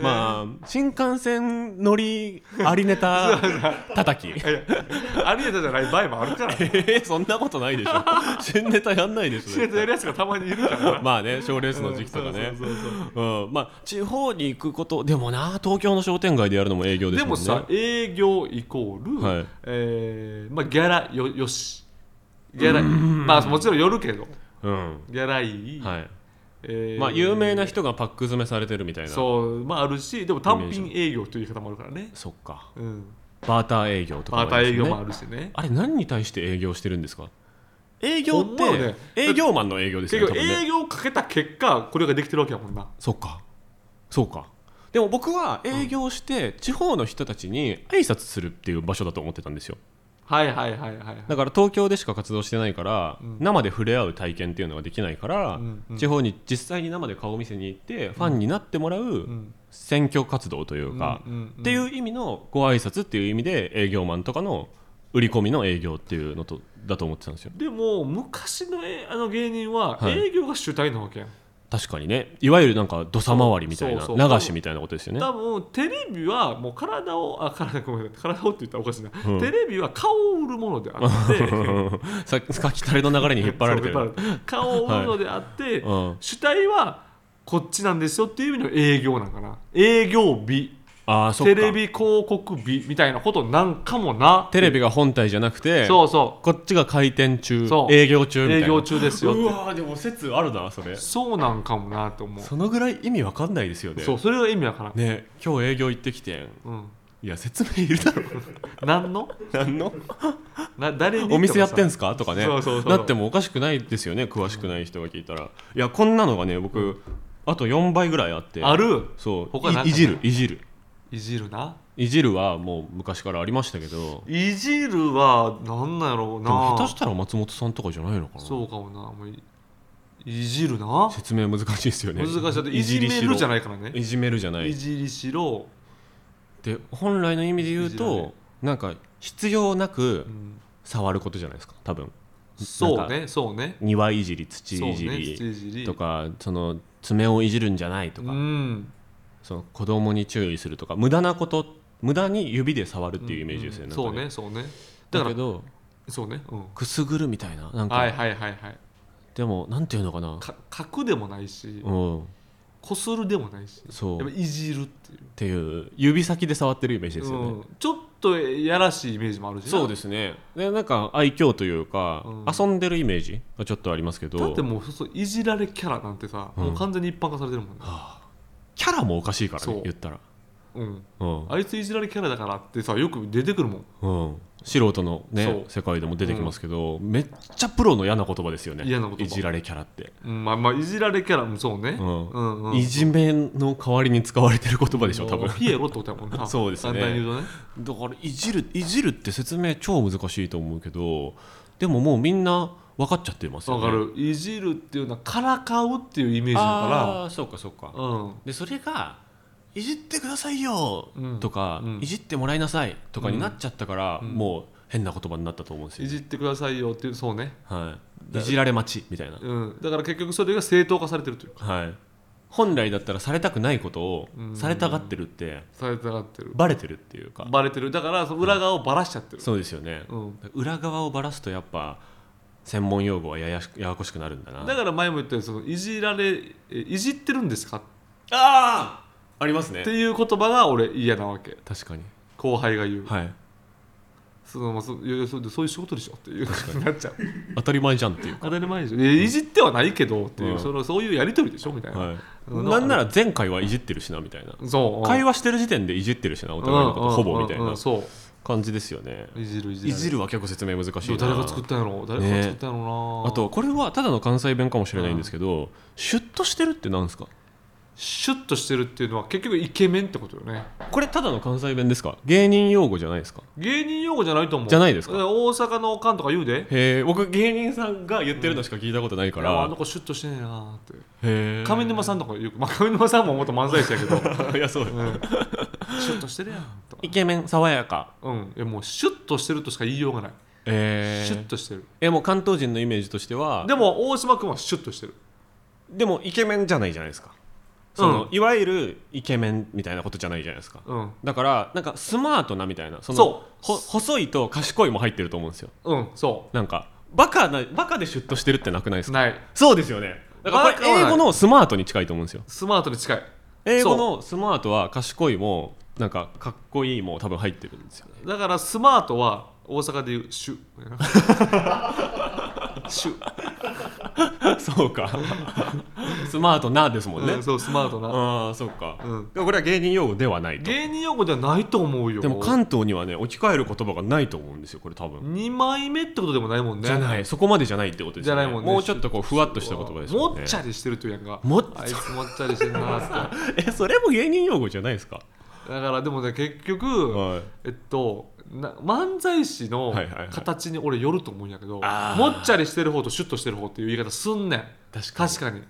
[SPEAKER 1] まあ新幹線乗りありネタ叩き
[SPEAKER 2] いやありえたじゃない場合も あるから
[SPEAKER 1] えーそんなことないでしょ新ネタやんないでし
[SPEAKER 2] シネタや
[SPEAKER 1] ょ
[SPEAKER 2] るやつがたまにいるからな
[SPEAKER 1] まあね賞レースの時期とかね
[SPEAKER 2] そうそうそうそう
[SPEAKER 1] うんまあ地方に行くことでもな東京の商店街でやるのも営業です
[SPEAKER 2] で
[SPEAKER 1] もん
[SPEAKER 2] も
[SPEAKER 1] ね
[SPEAKER 2] さ、営業イコール、
[SPEAKER 1] はい
[SPEAKER 2] えーまあ、ギャラよよしギャラまあもちろんよるけど
[SPEAKER 1] うん
[SPEAKER 2] ギャラいい、
[SPEAKER 1] はい
[SPEAKER 2] えー
[SPEAKER 1] まあ有名な人がパック詰めされてるみたいな
[SPEAKER 2] そうまああるしでも単品営業という言い方もあるからね、
[SPEAKER 1] そっか
[SPEAKER 2] うん、
[SPEAKER 1] バーター営業とかもあ
[SPEAKER 2] バーター
[SPEAKER 1] り
[SPEAKER 2] 営業も
[SPEAKER 1] ま
[SPEAKER 2] あ
[SPEAKER 1] すね
[SPEAKER 2] るしね
[SPEAKER 1] あれ何に対して営業してるんですか営業っ
[SPEAKER 2] ほんまよ
[SPEAKER 1] て
[SPEAKER 2] ね
[SPEAKER 1] 営業マンの営業です
[SPEAKER 2] 結
[SPEAKER 1] よね多
[SPEAKER 2] 局
[SPEAKER 1] 分
[SPEAKER 2] 営
[SPEAKER 1] ね
[SPEAKER 2] 業をかけた結果これができてるわけやもんな
[SPEAKER 1] そっかそうかでも僕は営業して地方の人たちに挨拶するっていう場所だと思ってたんですよ
[SPEAKER 2] はいはいはいはいはい
[SPEAKER 1] だから東京でしか活動してないから、
[SPEAKER 2] うん
[SPEAKER 1] 生で触れ合う体験っていうのができないから、
[SPEAKER 2] うんうん
[SPEAKER 1] 地方に実際に生で顔見せに行ってファンになってもら
[SPEAKER 2] う
[SPEAKER 1] うん選挙活動というか、
[SPEAKER 2] うんうんうん
[SPEAKER 1] っていう意味のご挨拶っていう意味で営業マンとかの売り込みの営業っていうのとだと思ってたんですよ
[SPEAKER 2] でも昔のえあの芸人は
[SPEAKER 1] はい
[SPEAKER 2] 営業が主体なわけやん、
[SPEAKER 1] 確かにねいわゆるなんか土佐回りみたいな
[SPEAKER 2] そうそうそう
[SPEAKER 1] 流しみたいなことですよね
[SPEAKER 2] 多分テレビはもう体をあ体ごめんなさい体をって言ったらおかしいな、
[SPEAKER 1] うん
[SPEAKER 2] テレビは顔を売るものであって
[SPEAKER 1] ささっき垂れの流れに引っ張られてる
[SPEAKER 2] そう引っ張られて顔を売るのであって、
[SPEAKER 1] うん
[SPEAKER 2] 主体はこっちなんですよっていう意味の営業なんかな営業日
[SPEAKER 1] ああそっか
[SPEAKER 2] テレビ広告日みたいなことなんかもな
[SPEAKER 1] テレビが本体じゃなくて
[SPEAKER 2] そうそ
[SPEAKER 1] こっちが回転中
[SPEAKER 2] そう
[SPEAKER 1] 営業中
[SPEAKER 2] う
[SPEAKER 1] みたい
[SPEAKER 2] 営
[SPEAKER 1] な
[SPEAKER 2] 業中ですよって
[SPEAKER 1] うわーでも説あるなそれ
[SPEAKER 2] そうなんかもなと思う
[SPEAKER 1] そのぐらい意味わかんないですよね
[SPEAKER 2] そうそれが意味わからん、
[SPEAKER 1] ね今日営業行ってきてん
[SPEAKER 2] うん、
[SPEAKER 1] いや説明いるだろ
[SPEAKER 2] 何の
[SPEAKER 1] 何の
[SPEAKER 2] な誰に
[SPEAKER 1] お店やってん
[SPEAKER 2] す
[SPEAKER 1] すかとかね
[SPEAKER 2] そうそうそう
[SPEAKER 1] なってもおかしくないですよね詳しくない人が聞いたらいやこんなのがね僕あと4倍ぐらいあって
[SPEAKER 2] ある
[SPEAKER 1] そう
[SPEAKER 2] 他なんかない
[SPEAKER 1] いじるいじる
[SPEAKER 2] いじるない
[SPEAKER 1] じるはもう昔からありましたけど
[SPEAKER 2] いじるはなんなんやろう
[SPEAKER 1] でも
[SPEAKER 2] な
[SPEAKER 1] 下手したら松本さんとかじゃないのかな
[SPEAKER 2] そうかもなもういいじるな
[SPEAKER 1] 説明難しいですよね
[SPEAKER 2] 難しいだっていじめるじゃ
[SPEAKER 1] な
[SPEAKER 2] ないからね
[SPEAKER 1] いじめるじゃない
[SPEAKER 2] いじりしろ、
[SPEAKER 1] で本来の意味で言う
[SPEAKER 2] いじられ
[SPEAKER 1] となんか必要なく
[SPEAKER 2] うん、
[SPEAKER 1] 触ることじゃないですか多分
[SPEAKER 2] そうねそうね
[SPEAKER 1] 庭いじり土
[SPEAKER 2] そう
[SPEAKER 1] いじ
[SPEAKER 2] ね
[SPEAKER 1] り
[SPEAKER 2] いじり
[SPEAKER 1] とかその爪をいじるんじゃないと
[SPEAKER 2] う
[SPEAKER 1] か
[SPEAKER 2] ん
[SPEAKER 1] その子供に注意するとか無駄なこと無駄に指で触るっていうイメージですよ
[SPEAKER 2] うん
[SPEAKER 1] ね
[SPEAKER 2] そう
[SPEAKER 1] なんか
[SPEAKER 2] ねそうねだ
[SPEAKER 1] だ
[SPEAKER 2] か
[SPEAKER 1] け
[SPEAKER 2] ら
[SPEAKER 1] ど
[SPEAKER 2] そうね、うん、
[SPEAKER 1] くすぐるみたいななんか、
[SPEAKER 2] はいはいはいはい
[SPEAKER 1] でもなんていうのかな
[SPEAKER 2] か角でもないし
[SPEAKER 1] うん
[SPEAKER 2] こするでもないし
[SPEAKER 1] そう
[SPEAKER 2] やっ
[SPEAKER 1] っ
[SPEAKER 2] ぱいじるっていう
[SPEAKER 1] ていう指先で触ってるイメージですよね、
[SPEAKER 2] うん、ちょっとやらしいイメージもあるしな
[SPEAKER 1] そうですねでなんか愛嬌というか、
[SPEAKER 2] うん
[SPEAKER 1] 遊んでるイメージがちょっとありますけど
[SPEAKER 2] だってもうそうそういじられキャラなんてさ、
[SPEAKER 1] うん
[SPEAKER 2] もう完全に一般化されてるもんね、
[SPEAKER 1] キャラもおかしいから
[SPEAKER 2] そ
[SPEAKER 1] ね
[SPEAKER 2] う
[SPEAKER 1] 言ったら、
[SPEAKER 2] うん、
[SPEAKER 1] うん
[SPEAKER 2] あいついじられキャラだからってさよく出てくるもん、
[SPEAKER 1] うん、素人の、
[SPEAKER 2] そう
[SPEAKER 1] ね、世界でも出てきますけど、めっちゃプロの嫌な言葉ですよね
[SPEAKER 2] 嫌な言葉
[SPEAKER 1] いじられキャラって、
[SPEAKER 2] うん、まあまあいじられキャラもそうね、
[SPEAKER 1] うん
[SPEAKER 2] うんうん
[SPEAKER 1] いじめの代わりに使われてる言葉でしょ多
[SPEAKER 2] も
[SPEAKER 1] 分
[SPEAKER 2] うピエロってことやもん な
[SPEAKER 1] そうですね
[SPEAKER 2] 簡単に言うとね
[SPEAKER 1] だからいじるいじるって説明超難しいと思うけどでももうみんな分かっちゃってますよ
[SPEAKER 2] わ
[SPEAKER 1] ね
[SPEAKER 2] かるいじるっていうのはからかうっていうイメージだ
[SPEAKER 1] あ
[SPEAKER 2] か
[SPEAKER 1] あーそうかそうから
[SPEAKER 2] うん
[SPEAKER 1] でそれがいじってくださいよ
[SPEAKER 2] うん
[SPEAKER 1] とか、
[SPEAKER 2] うん
[SPEAKER 1] いじってもらいなさいとかになっちゃったから、
[SPEAKER 2] うん
[SPEAKER 1] もう変な言葉になったと思うんです
[SPEAKER 2] い
[SPEAKER 1] よ、
[SPEAKER 2] じってくださいよっていうそうね、
[SPEAKER 1] はい、いじられ待ちみたいな、
[SPEAKER 2] うん、だから結局それが正当化されてるというか
[SPEAKER 1] はい、本来だったらされたくないことを
[SPEAKER 2] うん
[SPEAKER 1] されたがってるって
[SPEAKER 2] されたがってる
[SPEAKER 1] バレてるっていうか
[SPEAKER 2] バレてるだからその裏側をバラしちゃってる、
[SPEAKER 1] そうですよね、
[SPEAKER 2] うん、
[SPEAKER 1] 裏側をばらすとやっぱ専門用語はややしややこしくなるんだな
[SPEAKER 2] だから前も言ったようにそのいじられえいじってるんですかっ
[SPEAKER 1] ああありますね
[SPEAKER 2] ていう言葉が俺嫌なわけ
[SPEAKER 1] 確かに
[SPEAKER 2] 後輩が言う、
[SPEAKER 1] はい
[SPEAKER 2] そのまあそいやいやそうそういう仕事でしょっていうなっちゃう
[SPEAKER 1] 当たり前じゃんっていう
[SPEAKER 2] 当たり前でしょいやいじってはないけどっていう、
[SPEAKER 1] うん
[SPEAKER 2] そのそういうやり取りでしょみたいな、
[SPEAKER 1] はい、
[SPEAKER 2] うん
[SPEAKER 1] なんなら前回はいじってるしなみたいな、
[SPEAKER 2] そう
[SPEAKER 1] 会
[SPEAKER 2] 話
[SPEAKER 1] 話してる時点でいじってるしなお互いのことほぼみたいな
[SPEAKER 2] そ
[SPEAKER 1] 感じですよね
[SPEAKER 2] ういじるいじ
[SPEAKER 1] いじ
[SPEAKER 2] る
[SPEAKER 1] るは結構説明難しいな
[SPEAKER 2] 誰が作ったんやろ誰が作ったんやろな、
[SPEAKER 1] あとこれはただの関西弁かもしれないんですけど、シュッとしてるってなんですか
[SPEAKER 2] シュッとしてるっていうのは結局イケメンってことよね
[SPEAKER 1] これただの関西弁ですか芸人用語じゃないですか
[SPEAKER 2] 芸人用語じゃないと思う
[SPEAKER 1] じゃないですか
[SPEAKER 2] え大阪のおかんとか言うで
[SPEAKER 1] へえ僕芸人さんが言ってるのしか聞いたことないか
[SPEAKER 2] いや
[SPEAKER 1] ら、
[SPEAKER 2] あの子シュッとしてねえなーって
[SPEAKER 1] へえ
[SPEAKER 2] 上沼さんとかよく、まあ、上沼さんも元漫才師やけど、
[SPEAKER 1] んいやそうだ
[SPEAKER 2] うんシュッとしてるやんとか
[SPEAKER 1] イケメン爽やか
[SPEAKER 2] うんいやもうシュッとしてるとしか言いようがない、
[SPEAKER 1] え
[SPEAKER 2] シュッとしてる
[SPEAKER 1] えもう関東人のイメージとしては
[SPEAKER 2] でも大島君はシュッとしてる
[SPEAKER 1] でもイケメンじゃないじゃないですかその、
[SPEAKER 2] う
[SPEAKER 1] いわゆるイケメンみたいなことじゃないじゃないですか
[SPEAKER 2] うん
[SPEAKER 1] だからなんかスマートなみたいなその
[SPEAKER 2] そう
[SPEAKER 1] ほ細いと賢いも入ってると思うんですよ
[SPEAKER 2] うんそ
[SPEAKER 1] なんかバカなバカでシュッとしてるってなくないです
[SPEAKER 2] う
[SPEAKER 1] か
[SPEAKER 2] ない
[SPEAKER 1] そうですよねだからこれ
[SPEAKER 2] バカはない
[SPEAKER 1] 英語のスマートに近いと思うんですよ
[SPEAKER 2] スマートに近い
[SPEAKER 1] 英語のスマートは賢いもなんかかっこいいも多分入ってるんですよね
[SPEAKER 2] だからスマートは大阪で言うシュやな シュ、
[SPEAKER 1] そうかスマートなですもんね、
[SPEAKER 2] うんそうスマートな、
[SPEAKER 1] ああそうか、
[SPEAKER 2] うん
[SPEAKER 1] でもこれは芸人用語ではないと
[SPEAKER 2] 芸人用語ではないと思うよ
[SPEAKER 1] でも関東にはね置き換える言葉がないと思うんですよこれ多分、
[SPEAKER 2] 2枚目ってことでもないもんね
[SPEAKER 1] じゃないそこまでじゃないってことです
[SPEAKER 2] じゃ
[SPEAKER 1] よね
[SPEAKER 2] ないもんね
[SPEAKER 1] うちょっとこうふわっとした言葉ですよ
[SPEAKER 2] も
[SPEAKER 1] ね
[SPEAKER 2] っちゃりしてるというやんか
[SPEAKER 1] もっ
[SPEAKER 2] あいつもっちゃりしてるなーって
[SPEAKER 1] えそれも芸人用語じゃないですか
[SPEAKER 2] だからでもね結局、
[SPEAKER 1] はい
[SPEAKER 2] えっとな漫才師の
[SPEAKER 1] はいはいはい
[SPEAKER 2] 形に俺よると思うんやけど、
[SPEAKER 1] あー
[SPEAKER 2] もっちゃりしてる方とシュッとしてる方っていう言い方すんねん
[SPEAKER 1] 確かに
[SPEAKER 2] 確かに、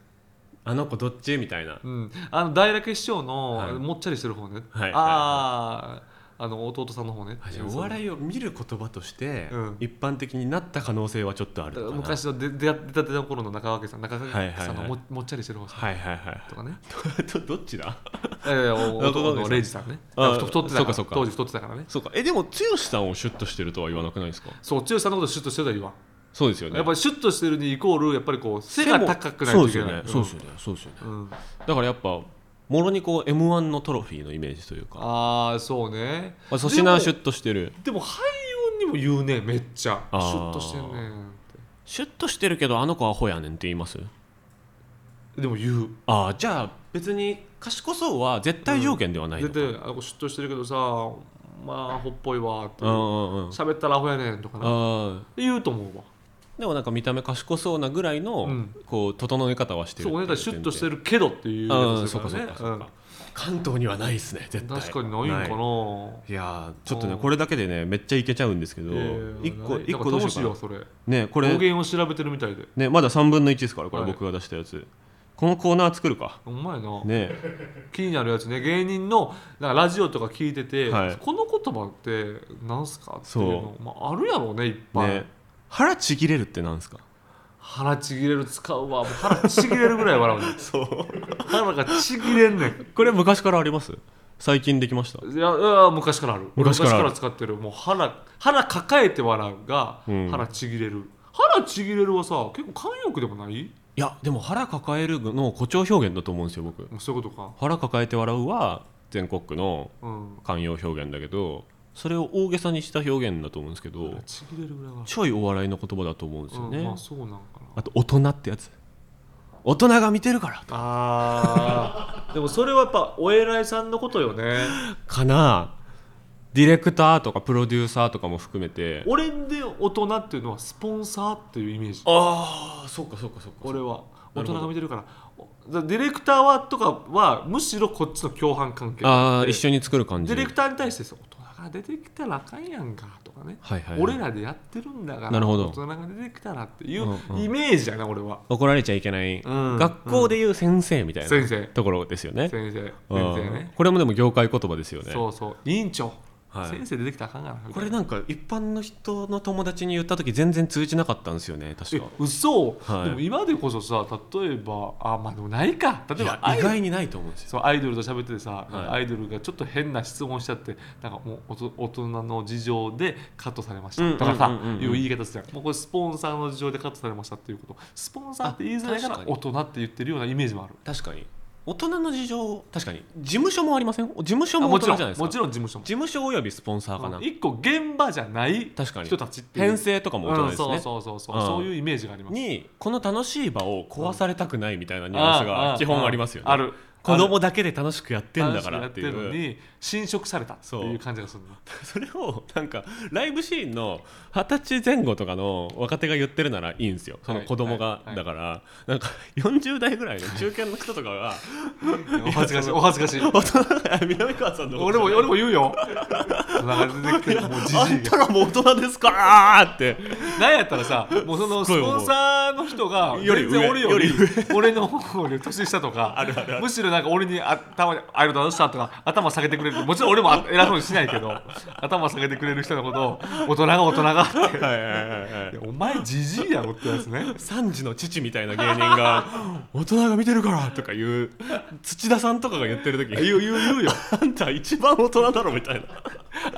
[SPEAKER 1] あの子どっちみたいな
[SPEAKER 2] うん、あの大楽師匠の、
[SPEAKER 1] はい
[SPEAKER 2] もっちゃりしてる方ね、
[SPEAKER 1] はい
[SPEAKER 2] あああの弟さんの方ね
[SPEAKER 1] あじゃあお笑いを見る言葉として
[SPEAKER 2] うん
[SPEAKER 1] 一般的になった可能性はちょっとある
[SPEAKER 2] だ
[SPEAKER 1] のか
[SPEAKER 2] か
[SPEAKER 1] らな
[SPEAKER 2] 昔の出出会ってたての頃の中脇さん中脇さんのも,、
[SPEAKER 1] はいはいはい
[SPEAKER 2] もっちゃりしてる方さん
[SPEAKER 1] はいはいはい
[SPEAKER 2] と かね、
[SPEAKER 1] どどっちだ
[SPEAKER 2] ええお
[SPEAKER 1] 中
[SPEAKER 2] 弟
[SPEAKER 1] 川
[SPEAKER 2] の
[SPEAKER 1] さん
[SPEAKER 2] レイジさんね
[SPEAKER 1] あ
[SPEAKER 2] 太太ってたか
[SPEAKER 1] そ
[SPEAKER 2] ら
[SPEAKER 1] うかそうか
[SPEAKER 2] 当時太ってたからね
[SPEAKER 1] そうかえでも剛さんをシュッとしてるとは言わなくないですか
[SPEAKER 2] そう剛さんのことシュッとしてるとは言わん
[SPEAKER 1] そうですよね
[SPEAKER 2] やっぱりシュッとしてるにイコールやっぱりこう背が高くない
[SPEAKER 1] そ
[SPEAKER 2] と
[SPEAKER 1] う
[SPEAKER 2] い
[SPEAKER 1] です
[SPEAKER 2] け
[SPEAKER 1] よ
[SPEAKER 2] ない
[SPEAKER 1] ねそうですよねそうですよね
[SPEAKER 2] うんうん
[SPEAKER 1] だからやっぱもろにこう m 1のトロフィーのイメージというか
[SPEAKER 2] ああそうね
[SPEAKER 1] あ粗品はシュ
[SPEAKER 2] で
[SPEAKER 1] ッとしてる
[SPEAKER 2] もでも俳優にも言うねめっちゃシ
[SPEAKER 1] あー
[SPEAKER 2] ュッとしてんねんっ
[SPEAKER 1] シュッとしてるけどあの子アホやねんって言います
[SPEAKER 2] てでも言
[SPEAKER 1] ああじゃあ別に賢そうは絶対条件ではな
[SPEAKER 2] う
[SPEAKER 1] いのか、
[SPEAKER 2] 出て
[SPEAKER 1] うん、
[SPEAKER 2] あの子シュッとしてるけどさまあアホっぽいわーって
[SPEAKER 1] うんうん
[SPEAKER 2] 喋ったらアホやねんとかな
[SPEAKER 1] ああ
[SPEAKER 2] 言うと思うわ
[SPEAKER 1] でもなんか見た目賢そうなぐらいの、
[SPEAKER 2] うん
[SPEAKER 1] こう整え方はしてる
[SPEAKER 2] そうねだからシュッとして
[SPEAKER 1] る
[SPEAKER 2] るけどっていう言い
[SPEAKER 1] あ
[SPEAKER 2] 方
[SPEAKER 1] あ
[SPEAKER 2] す
[SPEAKER 1] そ
[SPEAKER 2] る
[SPEAKER 1] うかそうかそう
[SPEAKER 2] ら
[SPEAKER 1] か、
[SPEAKER 2] ね
[SPEAKER 1] 関東にはないですね
[SPEAKER 2] う
[SPEAKER 1] 絶
[SPEAKER 2] ん
[SPEAKER 1] 対
[SPEAKER 2] 確かにないんかな
[SPEAKER 1] い
[SPEAKER 2] い
[SPEAKER 1] やーちょっとね
[SPEAKER 2] うん
[SPEAKER 1] これだけでねめっちゃいけちゃうんですけど、
[SPEAKER 2] えー
[SPEAKER 1] 一個
[SPEAKER 2] ない
[SPEAKER 1] 一
[SPEAKER 2] なん
[SPEAKER 1] 個
[SPEAKER 2] か
[SPEAKER 1] どう
[SPEAKER 2] 楽
[SPEAKER 1] し
[SPEAKER 2] しい
[SPEAKER 1] よう
[SPEAKER 2] よ
[SPEAKER 1] か
[SPEAKER 2] それ
[SPEAKER 1] なねこ
[SPEAKER 2] 語
[SPEAKER 1] れ
[SPEAKER 2] 源を調べてるみたいで
[SPEAKER 1] ねまだ3分の1ですからこれ
[SPEAKER 2] はい
[SPEAKER 1] 僕が出したやつ、このコーナー作るか
[SPEAKER 2] お前な
[SPEAKER 1] ね
[SPEAKER 2] 気になるやつね芸人のなんかラジオとか聞いてて、
[SPEAKER 1] はい
[SPEAKER 2] この言葉ってなんすかっていうの
[SPEAKER 1] そ
[SPEAKER 2] まあ、あるやろうねいっぱい、
[SPEAKER 1] ね腹ちぎれるってなんですか
[SPEAKER 2] 腹ちぎれる使うわもう 腹ちぎれるぐらい笑うね
[SPEAKER 1] そう
[SPEAKER 2] 腹がちぎれんねん
[SPEAKER 1] これ昔からあります最近できました
[SPEAKER 2] いやいや昔からある
[SPEAKER 1] 昔からある
[SPEAKER 2] 使ってるもう腹腹抱えて笑うが、
[SPEAKER 1] うん
[SPEAKER 2] 腹ちぎれる腹ちぎれるはさ結構慣用句でもない
[SPEAKER 1] いやでも腹抱えるの誇張表現だと思うんですよ僕
[SPEAKER 2] もうそういうことか
[SPEAKER 1] 腹抱えて笑うは全国区の
[SPEAKER 2] うん
[SPEAKER 1] 慣用表現だけどそれを大げさにした表現だと思うんですけど
[SPEAKER 2] 腹ちぎれるぐらいが
[SPEAKER 1] ちょいお笑いの言葉だと思うんですよ
[SPEAKER 2] うん
[SPEAKER 1] ね
[SPEAKER 2] まあそうなんかな
[SPEAKER 1] あと大人ってやつ大人が見てるから
[SPEAKER 2] あー でもそれはやっぱお偉いさんのことよね
[SPEAKER 1] かなディレクターとかプロデューサーとかも含めて
[SPEAKER 2] 俺で大人っていうのはスポンサーっていうイメージ
[SPEAKER 1] ああそうかそうかそうか
[SPEAKER 2] 俺は
[SPEAKER 1] な
[SPEAKER 2] 大
[SPEAKER 1] るほど
[SPEAKER 2] 人が見てるからおだディレクターはとかはむしろこっちの共犯関係
[SPEAKER 1] ああ
[SPEAKER 2] で
[SPEAKER 1] 一緒に作る感じ
[SPEAKER 2] ディレクターに対してそう大人が出てきたらあかんやんかとかね、
[SPEAKER 1] はいはい、
[SPEAKER 2] 俺らでやってるんだから
[SPEAKER 1] なるほど
[SPEAKER 2] 大人が出てきたらっていう
[SPEAKER 1] うんうん
[SPEAKER 2] イメージやな、俺は
[SPEAKER 1] 怒られちゃいけない、
[SPEAKER 2] うん
[SPEAKER 1] 学校でいう先生みたい
[SPEAKER 2] 先
[SPEAKER 1] な
[SPEAKER 2] 生
[SPEAKER 1] ところですよね
[SPEAKER 2] 先生先
[SPEAKER 1] う
[SPEAKER 2] 生
[SPEAKER 1] ん
[SPEAKER 2] ね
[SPEAKER 1] これもでも業界言葉ですよね
[SPEAKER 2] そうそう委員長、
[SPEAKER 1] はい
[SPEAKER 2] 先生出てきたらあかんがな
[SPEAKER 1] これなんか一般の人の友達に言った時全然通じなかったんですよね確
[SPEAKER 2] え
[SPEAKER 1] か
[SPEAKER 2] 嘘、
[SPEAKER 1] はい
[SPEAKER 2] でも今でこそさ例えばあまあでもないか例えばア
[SPEAKER 1] いや
[SPEAKER 2] イ
[SPEAKER 1] 意
[SPEAKER 2] ドル
[SPEAKER 1] 外にないと思うんですよ
[SPEAKER 2] そうアイドルと喋っててさ、
[SPEAKER 1] はい
[SPEAKER 2] アイドルがちょっと変な質問しちゃってなんかもうおと大人の事情でカットされました、
[SPEAKER 1] うん
[SPEAKER 2] とかさ、
[SPEAKER 1] うんうんうんうん
[SPEAKER 2] いう言い方するじゃんもうこれスポンサーの事情でカットされましたっていうことスポンサーって言いづらいか
[SPEAKER 1] あ
[SPEAKER 2] ら
[SPEAKER 1] 確か
[SPEAKER 2] 大
[SPEAKER 1] に
[SPEAKER 2] 人って言ってるようなイメージもある
[SPEAKER 1] 確かに大人の事情確かに事務所もありません事務所
[SPEAKER 2] あ
[SPEAKER 1] も
[SPEAKER 2] も
[SPEAKER 1] 大
[SPEAKER 2] ち
[SPEAKER 1] 人
[SPEAKER 2] ろん
[SPEAKER 1] じゃない
[SPEAKER 2] も
[SPEAKER 1] ですか
[SPEAKER 2] ちろん事務所も
[SPEAKER 1] 事務所およびスポンサーかな、
[SPEAKER 2] うん一個現場じゃない
[SPEAKER 1] 確かに
[SPEAKER 2] 人たちっていう
[SPEAKER 1] 編成とかも大人ですね、
[SPEAKER 2] うんそうそうそうそう、
[SPEAKER 1] うん
[SPEAKER 2] そういうイメージがあります
[SPEAKER 1] にこの楽しい場を壊されたくないみたいなニュアンス
[SPEAKER 2] ああ
[SPEAKER 1] が
[SPEAKER 2] あ
[SPEAKER 1] 基本ありますよね、
[SPEAKER 2] ある
[SPEAKER 1] 子供だけで楽しくやってんだからっ
[SPEAKER 2] やってて
[SPEAKER 1] い
[SPEAKER 2] るの
[SPEAKER 1] う
[SPEAKER 2] に侵食されたっていう感じがするの
[SPEAKER 1] それをなんかライブシーンの二十歳前後とかの若手が言ってるならいいんですよその子供が、
[SPEAKER 2] はいはいはい
[SPEAKER 1] だからなんか40代ぐらいの中堅の人とか が
[SPEAKER 2] お恥ずかしいお恥ずかしい
[SPEAKER 1] 大人が南川さんのこと
[SPEAKER 2] 俺も俺も言うよ。なんか出てきてもうじ
[SPEAKER 1] あ
[SPEAKER 2] じ
[SPEAKER 1] ん
[SPEAKER 2] い
[SPEAKER 1] た
[SPEAKER 2] が。
[SPEAKER 1] らもう大人ですからーって
[SPEAKER 2] なんやったらさ、もうその
[SPEAKER 1] すご
[SPEAKER 2] ス
[SPEAKER 1] い思
[SPEAKER 2] ポ
[SPEAKER 1] う
[SPEAKER 2] ンサーの人が
[SPEAKER 1] より
[SPEAKER 2] 全然俺より
[SPEAKER 1] 上よ
[SPEAKER 2] 俺の方より年下とか、むしろなんか俺に頭にありがとうございましたとか頭下げてくれる。もちろん俺もあ偉そうにしないけど、頭下げてくれる人のことを大人が大人がって。
[SPEAKER 1] はいはいはいはい
[SPEAKER 2] いやお前じじいやろってやつね。
[SPEAKER 1] 3時の父みたいな芸人 が「大人が見てるから」とか言う土田さんとかが言ってる時
[SPEAKER 2] 言う言う言うよ。
[SPEAKER 1] あんた一番大人だろみたいな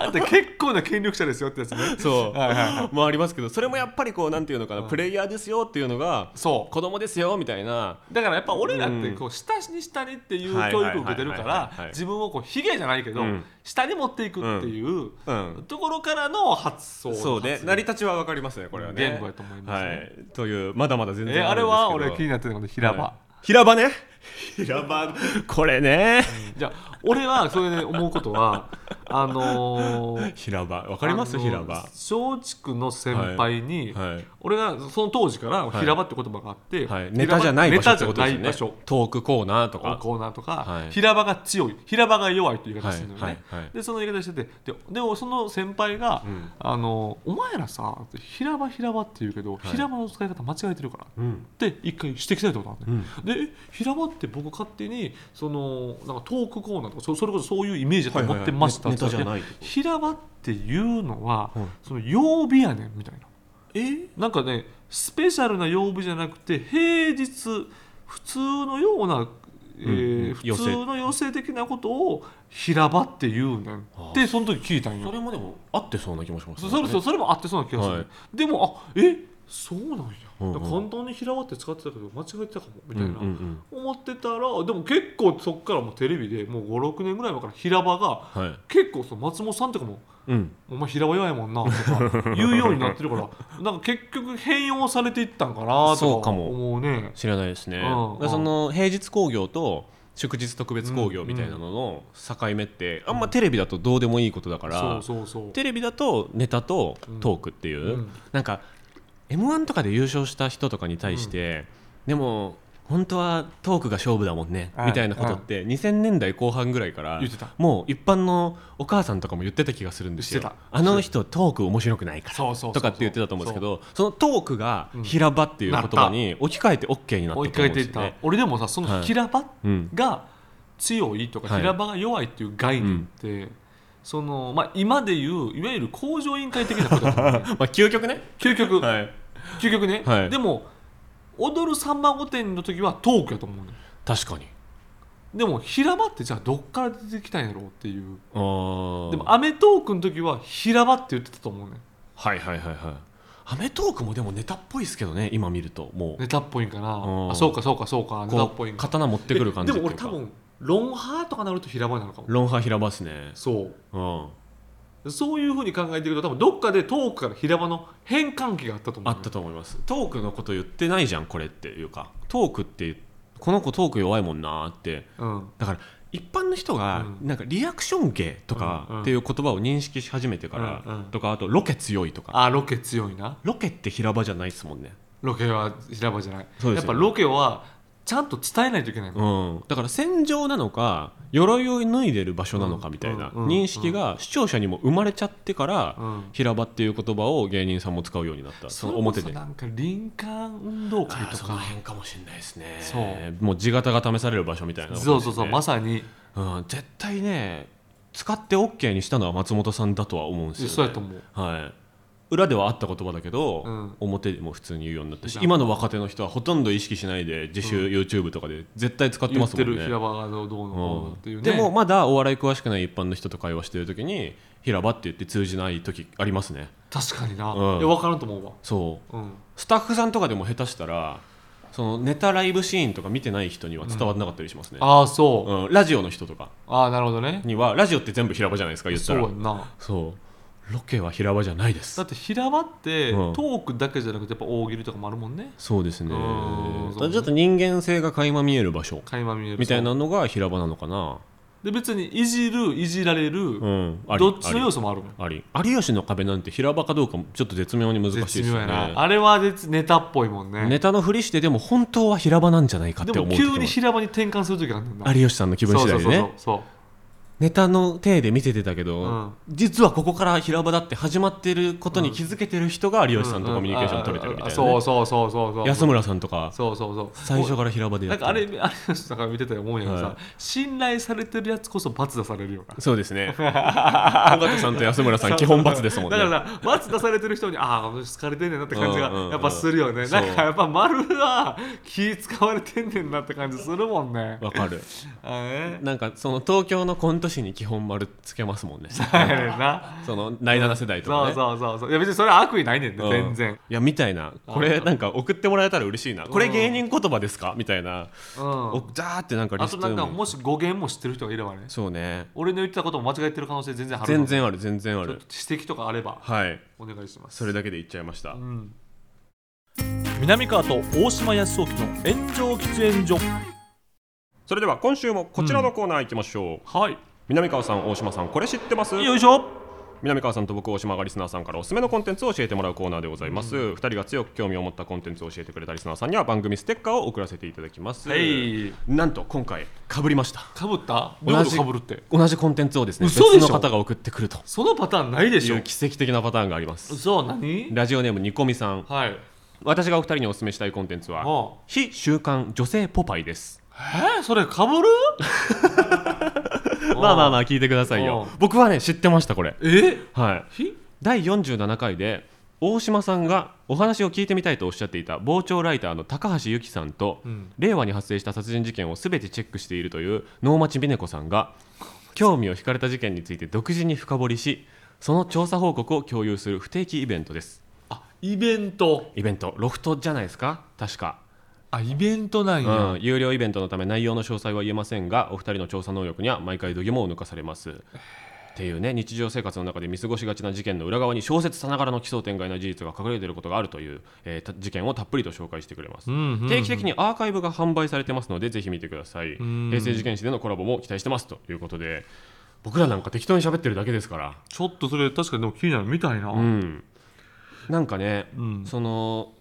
[SPEAKER 2] あんた結構な権力者ですよってやつね。
[SPEAKER 1] そう、
[SPEAKER 2] はいはい
[SPEAKER 1] もありますけどそれもやっぱりこうなんていうのかな、プレイヤーですよっていうのが
[SPEAKER 2] そう。
[SPEAKER 1] 子供ですよみたいな
[SPEAKER 2] だからやっぱ俺らってこう下に下にっていう
[SPEAKER 1] はい
[SPEAKER 2] 教育を受けてる
[SPEAKER 1] は
[SPEAKER 2] か
[SPEAKER 1] いはいはいは
[SPEAKER 2] ら
[SPEAKER 1] い
[SPEAKER 2] 自分をこうヒゲじゃないけど
[SPEAKER 1] うん
[SPEAKER 2] 下に持っていくっていう
[SPEAKER 1] うん
[SPEAKER 2] ところからの発想
[SPEAKER 1] そうね成り立ちは分かりますねこれはね
[SPEAKER 2] 言語やと思いますね
[SPEAKER 1] はい、というまだまだ全然
[SPEAKER 2] えあれは俺気に
[SPEAKER 1] 平
[SPEAKER 2] なってるので平場、
[SPEAKER 1] 平場ね平場これね
[SPEAKER 2] じゃあ俺はそれで思うこ とはあのー
[SPEAKER 1] 平場わかります
[SPEAKER 2] あの
[SPEAKER 1] 平場
[SPEAKER 2] 松竹の先輩に、
[SPEAKER 1] はい
[SPEAKER 2] 俺がその当時から平場って言葉があって、
[SPEAKER 1] はい、ネ
[SPEAKER 2] 平場
[SPEAKER 1] タじゃない場所って
[SPEAKER 2] ネ
[SPEAKER 1] こ
[SPEAKER 2] タ
[SPEAKER 1] とですよ
[SPEAKER 2] じゃない
[SPEAKER 1] ね
[SPEAKER 2] 場所
[SPEAKER 1] トークコーナーとか
[SPEAKER 2] コーナーとか、
[SPEAKER 1] はい
[SPEAKER 2] 平場が強い平場が弱いという言い方するのよね、
[SPEAKER 1] はいはいはい
[SPEAKER 2] でその言い方しててででもその先輩が、
[SPEAKER 1] うん
[SPEAKER 2] あの「お前らさ平場平場って言うけど、
[SPEAKER 1] い
[SPEAKER 2] 平場の使い方間違えてるから」
[SPEAKER 1] うん
[SPEAKER 2] って一回指摘されたことある
[SPEAKER 1] う
[SPEAKER 2] ね、
[SPEAKER 1] ん
[SPEAKER 2] で平場って僕勝手にそのなんかトークコーナーとかそそれこそそういうイメージだと思ってました
[SPEAKER 1] はいはいはいネネ
[SPEAKER 2] って言ったら
[SPEAKER 1] タじゃないってこ
[SPEAKER 2] 平場っていうのは、
[SPEAKER 1] うん
[SPEAKER 2] その曜日やねんみたいな。
[SPEAKER 1] え
[SPEAKER 2] なんかねスペシャルな曜日じゃなくて平日普通のような、えー
[SPEAKER 1] うん
[SPEAKER 2] 普通の寄せ的なことを平場って言うねん
[SPEAKER 1] ああ
[SPEAKER 2] ってその時聞いたんよ
[SPEAKER 1] それもでも合ってそうな気もします
[SPEAKER 2] そそれそそれもあってそうな気がする、
[SPEAKER 1] はい
[SPEAKER 2] でもあえそうなんや、
[SPEAKER 1] うんうん
[SPEAKER 2] 簡単に平場って使ってたけど間違えてたかもみ
[SPEAKER 1] うん
[SPEAKER 2] た
[SPEAKER 1] う
[SPEAKER 2] い
[SPEAKER 1] ん
[SPEAKER 2] な、
[SPEAKER 1] うん
[SPEAKER 2] 思ってたらでも結構そっからもうテレビでもう56年ぐらい前から平場が
[SPEAKER 1] はい
[SPEAKER 2] 結構その松本さんとかも
[SPEAKER 1] うん
[SPEAKER 2] お前平場弱いもんなと か言うようになってるからなんか結局変容されていったんかな
[SPEAKER 1] そ
[SPEAKER 2] と
[SPEAKER 1] う
[SPEAKER 2] か
[SPEAKER 1] かも
[SPEAKER 2] 思うね
[SPEAKER 1] 知らないですね、
[SPEAKER 2] うん
[SPEAKER 1] だからその平日興行と祝日特別興行みたいなのの境目って、あんまテレビだとどうでもいいことだから、
[SPEAKER 2] そうそうそう
[SPEAKER 1] テレビだとネタとトークっていう、
[SPEAKER 2] うん
[SPEAKER 1] なんか m 1とかで優勝した人とかに対して、でも本当はトークが勝負だもんね、
[SPEAKER 2] はい
[SPEAKER 1] みたいなことって2000年代後半ぐらいから
[SPEAKER 2] 言ってた
[SPEAKER 1] もう一般のお母さんとかも言ってた気がするんですよ
[SPEAKER 2] 言ってた
[SPEAKER 1] あの人トーク面白くないから
[SPEAKER 2] そうそうそうそう
[SPEAKER 1] とかって言ってたと思うんですけどそのトークが平場っていう言
[SPEAKER 2] うんな
[SPEAKER 1] 葉
[SPEAKER 2] った
[SPEAKER 1] に置き換えて OK になったと思うん
[SPEAKER 2] 追いかけて
[SPEAKER 1] で
[SPEAKER 2] いっ
[SPEAKER 1] すよ
[SPEAKER 2] た
[SPEAKER 1] ね。
[SPEAKER 2] 俺でもさそ
[SPEAKER 1] は
[SPEAKER 2] の
[SPEAKER 1] い
[SPEAKER 2] 平場
[SPEAKER 1] うん
[SPEAKER 2] が強いとか
[SPEAKER 1] はい
[SPEAKER 2] 平場が弱いっていう概念ってそのまあ今でいういわゆる向上委員会的なことだと 思うね
[SPEAKER 1] まあ、究極ね、
[SPEAKER 2] 究極
[SPEAKER 1] はい、
[SPEAKER 2] 究極ね
[SPEAKER 1] はい
[SPEAKER 2] でも踊るさんま御殿の時はトークやと思うね
[SPEAKER 1] 確かに
[SPEAKER 2] でも平場ってじゃあどっから出てきたんやろうっていう
[SPEAKER 1] あー
[SPEAKER 2] でも『アメトーーク』の時は平場って言ってたと思うねん
[SPEAKER 1] はいはいはいはいアメトークもでもネタっぽいですけどね今見るともう
[SPEAKER 2] ネタっぽいんか
[SPEAKER 1] うん
[SPEAKER 2] なあそうかそうかそうかネタっぽいんか
[SPEAKER 1] 刀持ってくる感じ
[SPEAKER 2] でも
[SPEAKER 1] っ
[SPEAKER 2] 俺
[SPEAKER 1] てい
[SPEAKER 2] 多
[SPEAKER 1] うか
[SPEAKER 2] 分ロンハーとかなると平場なのかも
[SPEAKER 1] ロンハー平場っすね
[SPEAKER 2] そ
[SPEAKER 1] うん
[SPEAKER 2] うそういうふうに考えていくと多分どっかでトークから平場の変換期があったと思
[SPEAKER 1] あ
[SPEAKER 2] う
[SPEAKER 1] ったと思いますトークのこと言ってないじゃんこれっていうかトークってこの子トーク弱いもんなーって
[SPEAKER 2] うん
[SPEAKER 1] だから一般の人が
[SPEAKER 2] う
[SPEAKER 1] なんかリアクション芸と
[SPEAKER 2] うんう
[SPEAKER 1] か
[SPEAKER 2] ん
[SPEAKER 1] っていう言葉を認識し始めてか
[SPEAKER 2] うんう
[SPEAKER 1] ら
[SPEAKER 2] ん
[SPEAKER 1] とかあとロケ強いとか
[SPEAKER 2] あロケ強いな
[SPEAKER 1] ロケって平場じゃないですもんね
[SPEAKER 2] ロケは平場じゃない
[SPEAKER 1] そうで
[SPEAKER 2] やっ
[SPEAKER 1] すよね
[SPEAKER 2] ぱロケはちゃんと伝えないといけない
[SPEAKER 1] う
[SPEAKER 2] の
[SPEAKER 1] ん、だから戦場なのか鎧を脱いでる場所なのかみたいな
[SPEAKER 2] うんうんうん
[SPEAKER 1] 認識が視聴者にも生まれちゃってから
[SPEAKER 2] うん
[SPEAKER 1] 平場っていう言葉を芸人さんも使うようになったその表
[SPEAKER 2] れ
[SPEAKER 1] で
[SPEAKER 2] こそなんか林間運動会
[SPEAKER 1] あー
[SPEAKER 2] と
[SPEAKER 1] その
[SPEAKER 2] か
[SPEAKER 1] 辺かもしれないですね
[SPEAKER 2] そう
[SPEAKER 1] もう地形が試される場所みたいなことです
[SPEAKER 2] そ
[SPEAKER 1] ね、
[SPEAKER 2] うそうそうまさに
[SPEAKER 1] うん、絶対ね使って OK にしたのは松本さんだとは思うんですよ、ね、
[SPEAKER 2] そうやと思う
[SPEAKER 1] はい、裏ではあった言葉だけど、
[SPEAKER 2] うん
[SPEAKER 1] 表でも普通に言うようになったし
[SPEAKER 2] だ
[SPEAKER 1] 今の若手の人はほとんど意識しないで自主 YouTube とかで絶対使って
[SPEAKER 2] 言
[SPEAKER 1] ま
[SPEAKER 2] っ
[SPEAKER 1] すも
[SPEAKER 2] て
[SPEAKER 1] んね、
[SPEAKER 2] る平場がどうのこうのっていうね
[SPEAKER 1] でもまだお笑い詳しくない一般の人と会話してる時に平場って言って通じない時ありますね
[SPEAKER 2] 確かにな
[SPEAKER 1] うん
[SPEAKER 2] いや分からんと思うわ
[SPEAKER 1] そう
[SPEAKER 2] うん
[SPEAKER 1] スタッフさんとかでも下手したらそのネタライブシーンとか見てない人には伝わらなかったりしますね、
[SPEAKER 2] ああそう
[SPEAKER 1] うんラジオの人とか
[SPEAKER 2] ああなるほどね
[SPEAKER 1] にはラジオって全部平場じゃないですか言っ
[SPEAKER 2] そ
[SPEAKER 1] た
[SPEAKER 2] う
[SPEAKER 1] ら
[SPEAKER 2] や
[SPEAKER 1] そうん
[SPEAKER 2] な
[SPEAKER 1] ロケは平場じゃないです
[SPEAKER 2] だって平場って
[SPEAKER 1] うん
[SPEAKER 2] トークだけじゃなくてやっぱ大喜利とかもあるもんね
[SPEAKER 1] そうですね
[SPEAKER 2] うん
[SPEAKER 1] だからちょっと人間性が垣間見える場所
[SPEAKER 2] 垣間見える
[SPEAKER 1] みたいなのが平場なのかな
[SPEAKER 2] で別にいじるいじられる
[SPEAKER 1] うんあり
[SPEAKER 2] どっちの要素もあるもん
[SPEAKER 1] ありあり有吉の壁なんて平場かどうかもちょっと絶妙に難しいです
[SPEAKER 2] 絶
[SPEAKER 1] よ
[SPEAKER 2] 妙
[SPEAKER 1] ね
[SPEAKER 2] やなあれはでネタっぽいもんね
[SPEAKER 1] ネタのふりしてでも本当は平場なんじゃないかっ
[SPEAKER 2] で
[SPEAKER 1] て思
[SPEAKER 2] も
[SPEAKER 1] う
[SPEAKER 2] 急に
[SPEAKER 1] 時
[SPEAKER 2] 平場に転換する時があるんだ
[SPEAKER 1] も有吉さんの気分次第で
[SPEAKER 2] そうそう
[SPEAKER 1] ね
[SPEAKER 2] そう
[SPEAKER 1] ネタの体で見せてたけど、
[SPEAKER 2] うん
[SPEAKER 1] 実はここから平場だって始まってることに気づけてる人が有
[SPEAKER 2] そ
[SPEAKER 1] 吉
[SPEAKER 2] う
[SPEAKER 1] さんとコミュニケーション取れてるみたいな
[SPEAKER 2] うんうんうん
[SPEAKER 1] ね
[SPEAKER 2] あそうそうそうそうそう
[SPEAKER 1] 安村さんとか
[SPEAKER 2] そうそうそう
[SPEAKER 1] 最初から平場でや
[SPEAKER 2] な
[SPEAKER 1] っ
[SPEAKER 2] ん
[SPEAKER 1] て
[SPEAKER 2] かあれ有吉なんか見てたら思うやんどさ、
[SPEAKER 1] はい
[SPEAKER 2] 信頼されてるやつこそ罰出されるよな
[SPEAKER 1] そうです ね尾形さんと安村さん基本罰ですもんね
[SPEAKER 2] だからな罰出されてる人にああこの人疲れてんねんなって感じが
[SPEAKER 1] うんうんうん
[SPEAKER 2] やっぱするよね、
[SPEAKER 1] そう
[SPEAKER 2] なんかやっぱ丸は気使われてんねんなって感じするもんね
[SPEAKER 1] わかる
[SPEAKER 2] あね
[SPEAKER 1] なんかその東京のコント師に基本丸つけますもんね
[SPEAKER 2] そうやねんな
[SPEAKER 1] その第7世代とか
[SPEAKER 2] そ
[SPEAKER 1] ね
[SPEAKER 2] うそうそうそういや別にそれは悪意ないねんね、
[SPEAKER 1] うん
[SPEAKER 2] 全然
[SPEAKER 1] いやみたいなこれなんか送ってもらえたら嬉しいなこれ
[SPEAKER 2] うん
[SPEAKER 1] 芸人言葉ですかみたいな
[SPEAKER 2] うん
[SPEAKER 1] おザーってなんかリ
[SPEAKER 2] あ
[SPEAKER 1] ス
[SPEAKER 2] と
[SPEAKER 1] ト
[SPEAKER 2] なん
[SPEAKER 1] 読
[SPEAKER 2] か
[SPEAKER 1] む
[SPEAKER 2] もし語源も知ってる人がいればね
[SPEAKER 1] そうね
[SPEAKER 2] 俺の言ってたことも間違えてる可能性全然ある
[SPEAKER 1] 全
[SPEAKER 2] ので
[SPEAKER 1] 然ある全然あ
[SPEAKER 2] ちょっ
[SPEAKER 1] る
[SPEAKER 2] と指摘とかあれば
[SPEAKER 1] はい
[SPEAKER 2] お願いします
[SPEAKER 1] それだけで言っちゃいました
[SPEAKER 2] うん
[SPEAKER 3] 南川と大島康雄の炎上喫煙所
[SPEAKER 1] それでは今週もこちらのコーナー行きましょう、
[SPEAKER 2] はい
[SPEAKER 1] 南川さん大島さんこれ知ってます
[SPEAKER 2] よいしょ
[SPEAKER 1] 南川さんと僕大島がリスナーさんからおすすめのコンテンツを教えてもらうコーナーでございます、二人が強く興味を持ったコンテンツを教えてくれたリスナーさんには番組ステッカーを送らせていただきます、
[SPEAKER 2] はい
[SPEAKER 1] なんと今回かぶりました
[SPEAKER 2] かぶった
[SPEAKER 1] 同じ
[SPEAKER 2] 同じかぶるって
[SPEAKER 1] 同じコンテンツをですね別
[SPEAKER 2] 嘘でし
[SPEAKER 1] の
[SPEAKER 2] ょ
[SPEAKER 1] 方が送ってくると
[SPEAKER 2] そのパターンないで
[SPEAKER 1] い
[SPEAKER 2] しょ
[SPEAKER 1] う奇跡的なパターンがあります
[SPEAKER 2] 嘘何
[SPEAKER 1] ラジオネームニコミさん
[SPEAKER 2] はい
[SPEAKER 1] 私がお二人にお勧めしたいコンテンツは
[SPEAKER 2] あ
[SPEAKER 1] 非週刊女性ポパイです
[SPEAKER 2] えー、そ れかぶる
[SPEAKER 1] まあまあまあ聞いてくださいよ
[SPEAKER 2] うん
[SPEAKER 1] 僕はね知ってましたこれ
[SPEAKER 2] え
[SPEAKER 1] はい
[SPEAKER 2] ひ
[SPEAKER 1] 第47回で大島さんがお話を聞いてみたいとおっしゃっていた傍聴ライターの高橋由紀さんと、
[SPEAKER 2] うん
[SPEAKER 1] 令和に発生した殺人事件を全てチェックしているという能町美奈子さんが興味を惹かれた事件について独自に深掘りしその調査報告を共有する不定期イベントです
[SPEAKER 2] あイベント
[SPEAKER 1] イベントロフトじゃないですか確か
[SPEAKER 2] あイベントなんや、
[SPEAKER 1] うん、有料イベントのため内容の詳細は言えませんがお二人の調査能力には毎回度肝を抜かされます。っていうね日常生活の中で見過ごしがちな事件の裏側に小説さながらの奇想天外な事実が隠れていることがあるという、えーた事件をたっぷりと紹介してくれます、
[SPEAKER 2] んうんうん
[SPEAKER 1] 定期的にアーカイブが販売されてますのでぜひ見てください
[SPEAKER 2] ん
[SPEAKER 1] 平成事件史でのコラボも期待してますということで僕らなんか適当に喋ってるだけですから
[SPEAKER 2] ちょっとそれ確かにでも気になるみたいな、
[SPEAKER 1] うん、なんかね、
[SPEAKER 2] うん
[SPEAKER 1] その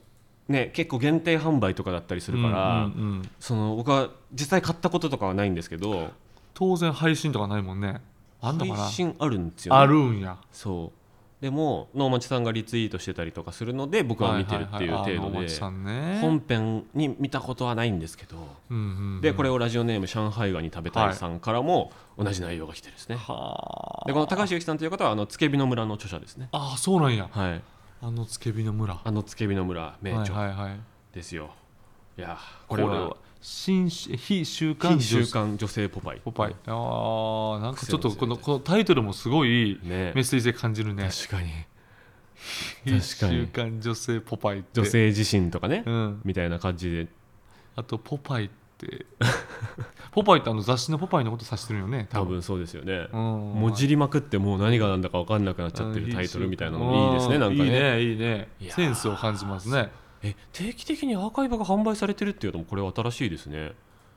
[SPEAKER 1] ね結構限定販売とかだったりするから、
[SPEAKER 2] うんうんうん
[SPEAKER 1] その僕は実際買ったこととかはないんですけど
[SPEAKER 2] 当然配信とかないもんねあんのかな
[SPEAKER 1] 配信あるんですよ、ね、
[SPEAKER 2] あるんや
[SPEAKER 1] そうでも能町さんがリツイートしてたりとかするので僕は見てるっていう
[SPEAKER 2] ははは
[SPEAKER 1] 程
[SPEAKER 2] あ
[SPEAKER 1] 度
[SPEAKER 2] 能町
[SPEAKER 1] で
[SPEAKER 2] さんね
[SPEAKER 1] 本編に見たことはないんですけど
[SPEAKER 2] うんうんうん
[SPEAKER 1] でこれをラジオネーム上海ガニ食べたいさんからも同じ内容が来てるんですね、
[SPEAKER 2] は
[SPEAKER 1] でこの高橋由紀さんという方はあのつけびの村の著者ですね
[SPEAKER 2] ああそうなんや
[SPEAKER 1] はい
[SPEAKER 2] あのつけびの村は
[SPEAKER 1] あのつけびの村
[SPEAKER 2] い
[SPEAKER 1] 名
[SPEAKER 2] はい
[SPEAKER 1] 著
[SPEAKER 2] はい
[SPEAKER 1] ですよ、いやーこ
[SPEAKER 2] こ
[SPEAKER 1] れ
[SPEAKER 2] れ
[SPEAKER 1] は
[SPEAKER 2] は新し非週刊
[SPEAKER 1] 非
[SPEAKER 2] 女
[SPEAKER 1] 週
[SPEAKER 2] 性
[SPEAKER 1] 刊女性ポパイ
[SPEAKER 2] ポパイあーなんかちょっとこ
[SPEAKER 1] 癖の強いや
[SPEAKER 2] の
[SPEAKER 1] つ
[SPEAKER 2] このタイトルもすごい
[SPEAKER 1] ね
[SPEAKER 2] メッセージで感じるね
[SPEAKER 1] 確かに
[SPEAKER 2] 非
[SPEAKER 1] 確かに
[SPEAKER 2] 週刊女性ポパイって
[SPEAKER 1] 女性自身とかね、
[SPEAKER 2] うん
[SPEAKER 1] みたいな感じで
[SPEAKER 2] あとポパイって ポパイってあの雑誌のポパイのこと指してるよね
[SPEAKER 1] 多分そうですよね、
[SPEAKER 2] うん
[SPEAKER 1] もじりまくってもう何が何だか分かんなくなっちゃってるタイトルみたいなのもいいですね
[SPEAKER 2] う
[SPEAKER 1] なんかね
[SPEAKER 2] いいねいいね
[SPEAKER 1] いやー
[SPEAKER 2] センスを感じますね
[SPEAKER 1] え定期的にアーカイブが販売されてるっていうのもこれは新しいですね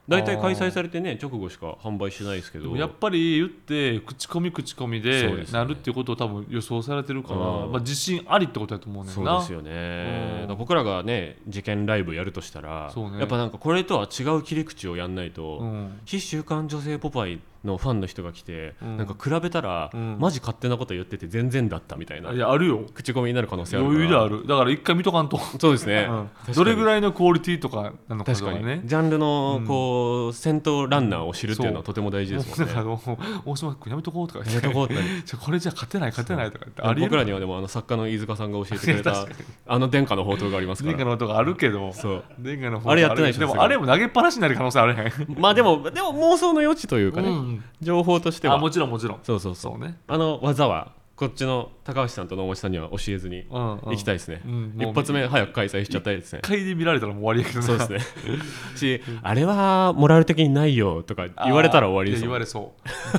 [SPEAKER 1] 大体開催されてね直後しか販売してないですけ
[SPEAKER 2] で
[SPEAKER 1] ど
[SPEAKER 2] もやっぱり言って口コミ口コミ
[SPEAKER 1] そう
[SPEAKER 2] で
[SPEAKER 1] ですね
[SPEAKER 2] なるっていうことを多分予想されてるから、
[SPEAKER 1] うん
[SPEAKER 2] まあ、自信ありってことだと思うねん
[SPEAKER 1] そう
[SPEAKER 2] な
[SPEAKER 1] ですよね
[SPEAKER 2] うん
[SPEAKER 1] だから僕らがね事件ライブやるとしたら、
[SPEAKER 2] そうね
[SPEAKER 1] やっぱなんかこれとは違う切り口をやんないと、
[SPEAKER 2] うん、
[SPEAKER 1] 非週刊女性ポパイのファンの人が来て、
[SPEAKER 2] うん
[SPEAKER 1] なんか比べたら、
[SPEAKER 2] うん
[SPEAKER 1] マジ勝手なこと言ってて全然だったみたいない
[SPEAKER 2] やあるよ
[SPEAKER 1] 口コミになる可能性あるから
[SPEAKER 2] 余裕であるだから一回見とかんと、
[SPEAKER 1] そうですね、
[SPEAKER 2] うん
[SPEAKER 1] 確かに
[SPEAKER 2] どれぐらいのクオリティとかなのかと
[SPEAKER 1] 確
[SPEAKER 2] か
[SPEAKER 1] かに、
[SPEAKER 2] ね
[SPEAKER 1] ジャンルのこう、戦闘ランナーを知るっていうの
[SPEAKER 2] そ
[SPEAKER 1] は
[SPEAKER 2] う
[SPEAKER 1] とても大事
[SPEAKER 2] も
[SPEAKER 1] で
[SPEAKER 2] う
[SPEAKER 1] すもんね
[SPEAKER 2] だからもう大島君やめとこうとか言
[SPEAKER 1] や
[SPEAKER 2] って
[SPEAKER 1] めとこうってなる
[SPEAKER 2] ちょこれ じゃ勝てない勝てないとか言ってありえる
[SPEAKER 1] 僕らにはでもあの作家の飯塚さんが教えてくれた
[SPEAKER 2] 確
[SPEAKER 1] あの殿下の宝刀がありますか
[SPEAKER 2] 殿下
[SPEAKER 1] ら
[SPEAKER 2] の音があるけど
[SPEAKER 1] そう
[SPEAKER 2] 殿下の
[SPEAKER 1] あれやってないでし
[SPEAKER 2] で
[SPEAKER 1] ょ
[SPEAKER 2] で
[SPEAKER 1] さす
[SPEAKER 2] も
[SPEAKER 1] が
[SPEAKER 2] あ
[SPEAKER 1] に
[SPEAKER 2] れも投げっぱなしになる可能性あるへん
[SPEAKER 1] まあでもでも妄想の余地というかね、
[SPEAKER 2] うん
[SPEAKER 1] 情報として
[SPEAKER 2] あ
[SPEAKER 1] は
[SPEAKER 2] もちろんもちろん
[SPEAKER 1] そうそうそう
[SPEAKER 2] そうね
[SPEAKER 1] あの技はこっちの高橋さんと能町さんには教えずに
[SPEAKER 2] うんうん
[SPEAKER 1] 行きたいですね、
[SPEAKER 2] うんもう
[SPEAKER 1] 一発目早く開催しちゃったいですね
[SPEAKER 2] 一回で見られたらもう終わりやけど
[SPEAKER 1] そうです
[SPEAKER 2] ね
[SPEAKER 1] ね しあれはモラル的にないよとか言われたら終わりです
[SPEAKER 2] いや言
[SPEAKER 1] も
[SPEAKER 2] わ
[SPEAKER 1] ん
[SPEAKER 2] れそ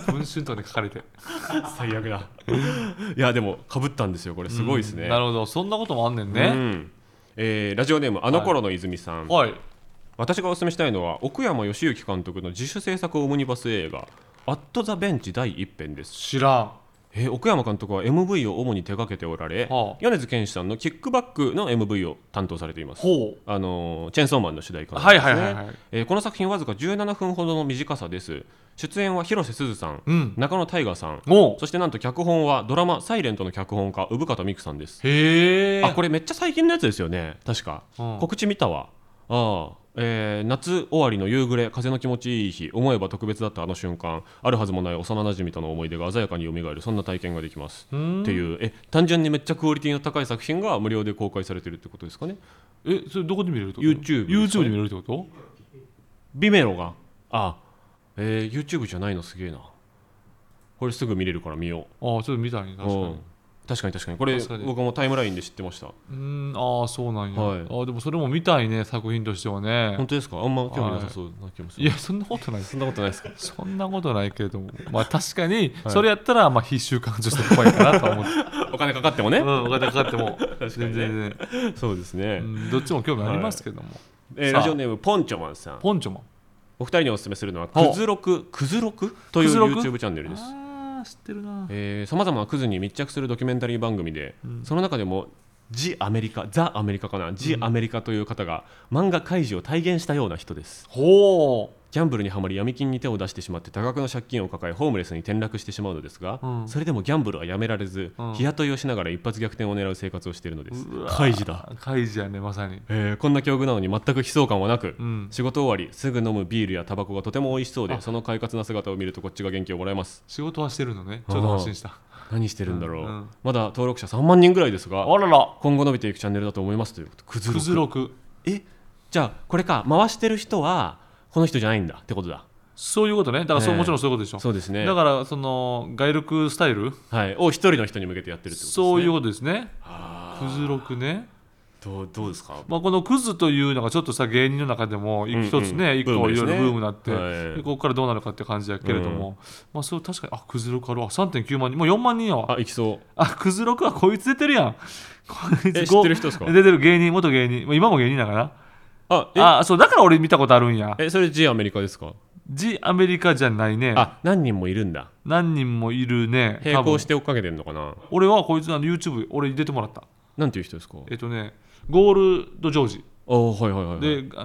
[SPEAKER 2] う文春とかで書かれて
[SPEAKER 1] 最悪だ いやでもかぶったんですよこれすごいですね、
[SPEAKER 2] なるほどそんなこともあんねん
[SPEAKER 1] う
[SPEAKER 2] ね、
[SPEAKER 1] んえーラジオネームあの頃の泉さん、
[SPEAKER 2] はい
[SPEAKER 1] 私がお勧めしたいのは奥山義行監督の自主制作オムニバス映画「アット・ザ・ベンチ」第一編です
[SPEAKER 2] 知らん
[SPEAKER 1] えー奥山監督は MV を主に手掛けておられ、
[SPEAKER 2] はあ
[SPEAKER 1] 米津玄師さんの「キックバック」の MV を担当されています
[SPEAKER 2] ほう
[SPEAKER 1] あのーチェーンソーマンの主題歌なん
[SPEAKER 2] はい
[SPEAKER 1] です、ね
[SPEAKER 2] はいはいはい
[SPEAKER 1] えーこの作品はわずか17分ほどの短さです出演は広瀬すずさん、
[SPEAKER 2] うん
[SPEAKER 1] 中野大我さん
[SPEAKER 2] おう
[SPEAKER 1] そしてなんと脚本はドラマ「サイレントの脚本家生方美久さんです
[SPEAKER 2] へえ
[SPEAKER 1] あこれめっちゃ最近のやつですよね確か、
[SPEAKER 2] うん
[SPEAKER 1] 告知見たわああ、えー夏終わりの夕暮れ風の気持ちいい日思えば特別だったあの瞬間あるはずもない幼なじみとの思い出が鮮やかに蘇るそんな体験ができます
[SPEAKER 2] うーん
[SPEAKER 1] っていうえ単純にめっちゃクオリティの高い作品が無料で公開されてるってことですかね
[SPEAKER 2] えそれどこで見れるってこと
[SPEAKER 1] YouTube ですか
[SPEAKER 2] YouTube で見れるってこと
[SPEAKER 1] ビメロがあえー YouTube じゃないのすげえなこれすぐ見れるから見よ
[SPEAKER 2] ああちょっと見たいね
[SPEAKER 1] う
[SPEAKER 2] 確かに
[SPEAKER 1] うん確かに確かにこれ
[SPEAKER 2] 確かに
[SPEAKER 1] 僕もタイムラインで知ってました
[SPEAKER 2] うーんああそうなんや、
[SPEAKER 1] はい
[SPEAKER 2] あーでもそれも見たいね作品としてはね
[SPEAKER 1] 本当ですかあんま興味なさそうな気もす
[SPEAKER 2] い
[SPEAKER 1] る
[SPEAKER 2] やそんなことない
[SPEAKER 1] そんなことないですか
[SPEAKER 2] そんなことないけれどもまあ確かにそれやったらまあ必修感女性っぽいかなとは思って
[SPEAKER 1] お金かかってもね、
[SPEAKER 2] うんお金かかっても
[SPEAKER 1] かにね
[SPEAKER 2] 全然全然、
[SPEAKER 1] そうですね、
[SPEAKER 2] うんどっちも興味ありますけども、
[SPEAKER 1] えー
[SPEAKER 2] さあ
[SPEAKER 1] ラジオネームポンチョマンさん
[SPEAKER 2] ポンチョマン
[SPEAKER 1] お二人にお勧めするのは
[SPEAKER 2] ほう
[SPEAKER 1] クズロククズロクという
[SPEAKER 2] クズロク
[SPEAKER 1] YouTube チャンネルです
[SPEAKER 2] あー知ってるな
[SPEAKER 1] さまざまなクズに密着するドキュメンタリー番組で、その中でも「ジ・アメリカ」「ザ・アメリカ」かな「ジ・アメリカ」という方が漫画怪獣を体現したような人です
[SPEAKER 2] ほ
[SPEAKER 1] ギャンブルにはまり闇金に手を出してしまって多額の借金を抱えホームレスに転落してしまうのですが、
[SPEAKER 2] うん
[SPEAKER 1] それでもギャンブルはやめられず、
[SPEAKER 2] うん
[SPEAKER 1] 日雇いをしながら一発逆転を狙う生活をしているのです
[SPEAKER 2] うわー
[SPEAKER 1] 怪獣だ
[SPEAKER 2] う怪獣やねまさに
[SPEAKER 1] えーこんな境遇なのに全く悲壮感はなく、
[SPEAKER 2] うん
[SPEAKER 1] 仕事終わりすぐ飲むビールやタバコがとても美味しそうでその快活な姿を見るとこっちが元気をもらえます
[SPEAKER 2] 仕事はしてるのねちょっと安心した
[SPEAKER 1] 何してるんだろう、
[SPEAKER 2] うんうん
[SPEAKER 1] まだ登録者3万人ぐらいですが
[SPEAKER 2] あらら
[SPEAKER 1] 今後伸びていくチャンネルだと思いますということクズ
[SPEAKER 2] クズ
[SPEAKER 1] ロ
[SPEAKER 2] ロク
[SPEAKER 1] クえじゃあこれか回してる人はこの人じゃないんだってことだ
[SPEAKER 2] そういうことねだからそう、
[SPEAKER 1] ねえ
[SPEAKER 2] もちろんそういうことでしょ
[SPEAKER 1] そうですね
[SPEAKER 2] だからその外力スタイル
[SPEAKER 1] はいを一人の人に向けてやってるってことですね
[SPEAKER 2] そういうことですね
[SPEAKER 1] あ
[SPEAKER 2] クズロクね
[SPEAKER 1] ーどうどうですか
[SPEAKER 2] まあ、このクズというのがちょっとさ芸人の中でも
[SPEAKER 1] うん
[SPEAKER 2] 一つね一個
[SPEAKER 1] ブーム
[SPEAKER 2] い
[SPEAKER 1] です
[SPEAKER 2] ろいろ
[SPEAKER 1] ね
[SPEAKER 2] ブームになって
[SPEAKER 1] はい
[SPEAKER 2] でここからどうなるかって感じやけれどもまあそれ確かにあクズロクあるわ3.9万人もう4万人やわ
[SPEAKER 1] あいきそう
[SPEAKER 2] あクズロクは こいつ出てるやんこい
[SPEAKER 1] え
[SPEAKER 2] つ
[SPEAKER 1] 知っ
[SPEAKER 2] ご
[SPEAKER 1] てる
[SPEAKER 2] 出
[SPEAKER 1] 人ですか
[SPEAKER 2] てる芸人元芸人まあ今も芸人だから
[SPEAKER 1] あえ
[SPEAKER 2] あそうだから俺見たことあるんや
[SPEAKER 1] えそれ G アメリカですか
[SPEAKER 2] ジ・アメリカじゃないね
[SPEAKER 1] あ何人もいるんだ
[SPEAKER 2] 何人もいるね
[SPEAKER 1] 並行してて追っかけてるのかな
[SPEAKER 2] 俺はこいつの YouTube 俺に出てもらった
[SPEAKER 1] なんていう人ですか
[SPEAKER 2] えっとねゴールド・ジョージ
[SPEAKER 1] ああはいはいはいはい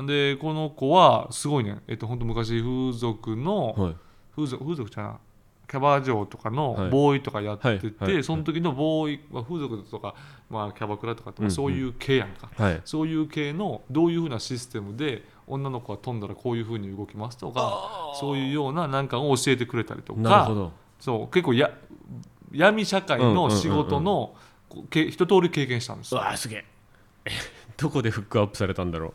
[SPEAKER 2] ででこの子はすごいねえっと本当昔風俗の、
[SPEAKER 1] はい
[SPEAKER 2] 風俗風俗じゃないキャバ嬢とか
[SPEAKER 1] は
[SPEAKER 2] の
[SPEAKER 1] い
[SPEAKER 2] ボーイとかやってて、
[SPEAKER 1] はいはい
[SPEAKER 2] その時のボーイ、まあ、風俗とか、まあ、キャバクラとかと
[SPEAKER 1] うんう
[SPEAKER 2] か
[SPEAKER 1] ん
[SPEAKER 2] そういう系やんか、
[SPEAKER 1] はい
[SPEAKER 2] そういう系のどういうふうなシステムで女の子が飛んだらこういうふうに動きますとかそういうようななんかを教えてくれたりと
[SPEAKER 1] なるほ
[SPEAKER 2] か
[SPEAKER 1] ど
[SPEAKER 2] そう結構や闇社会の仕事の、こうけ一通り経験したんです
[SPEAKER 1] う
[SPEAKER 2] よ
[SPEAKER 1] わーすげええどこでフックアップされたんだろう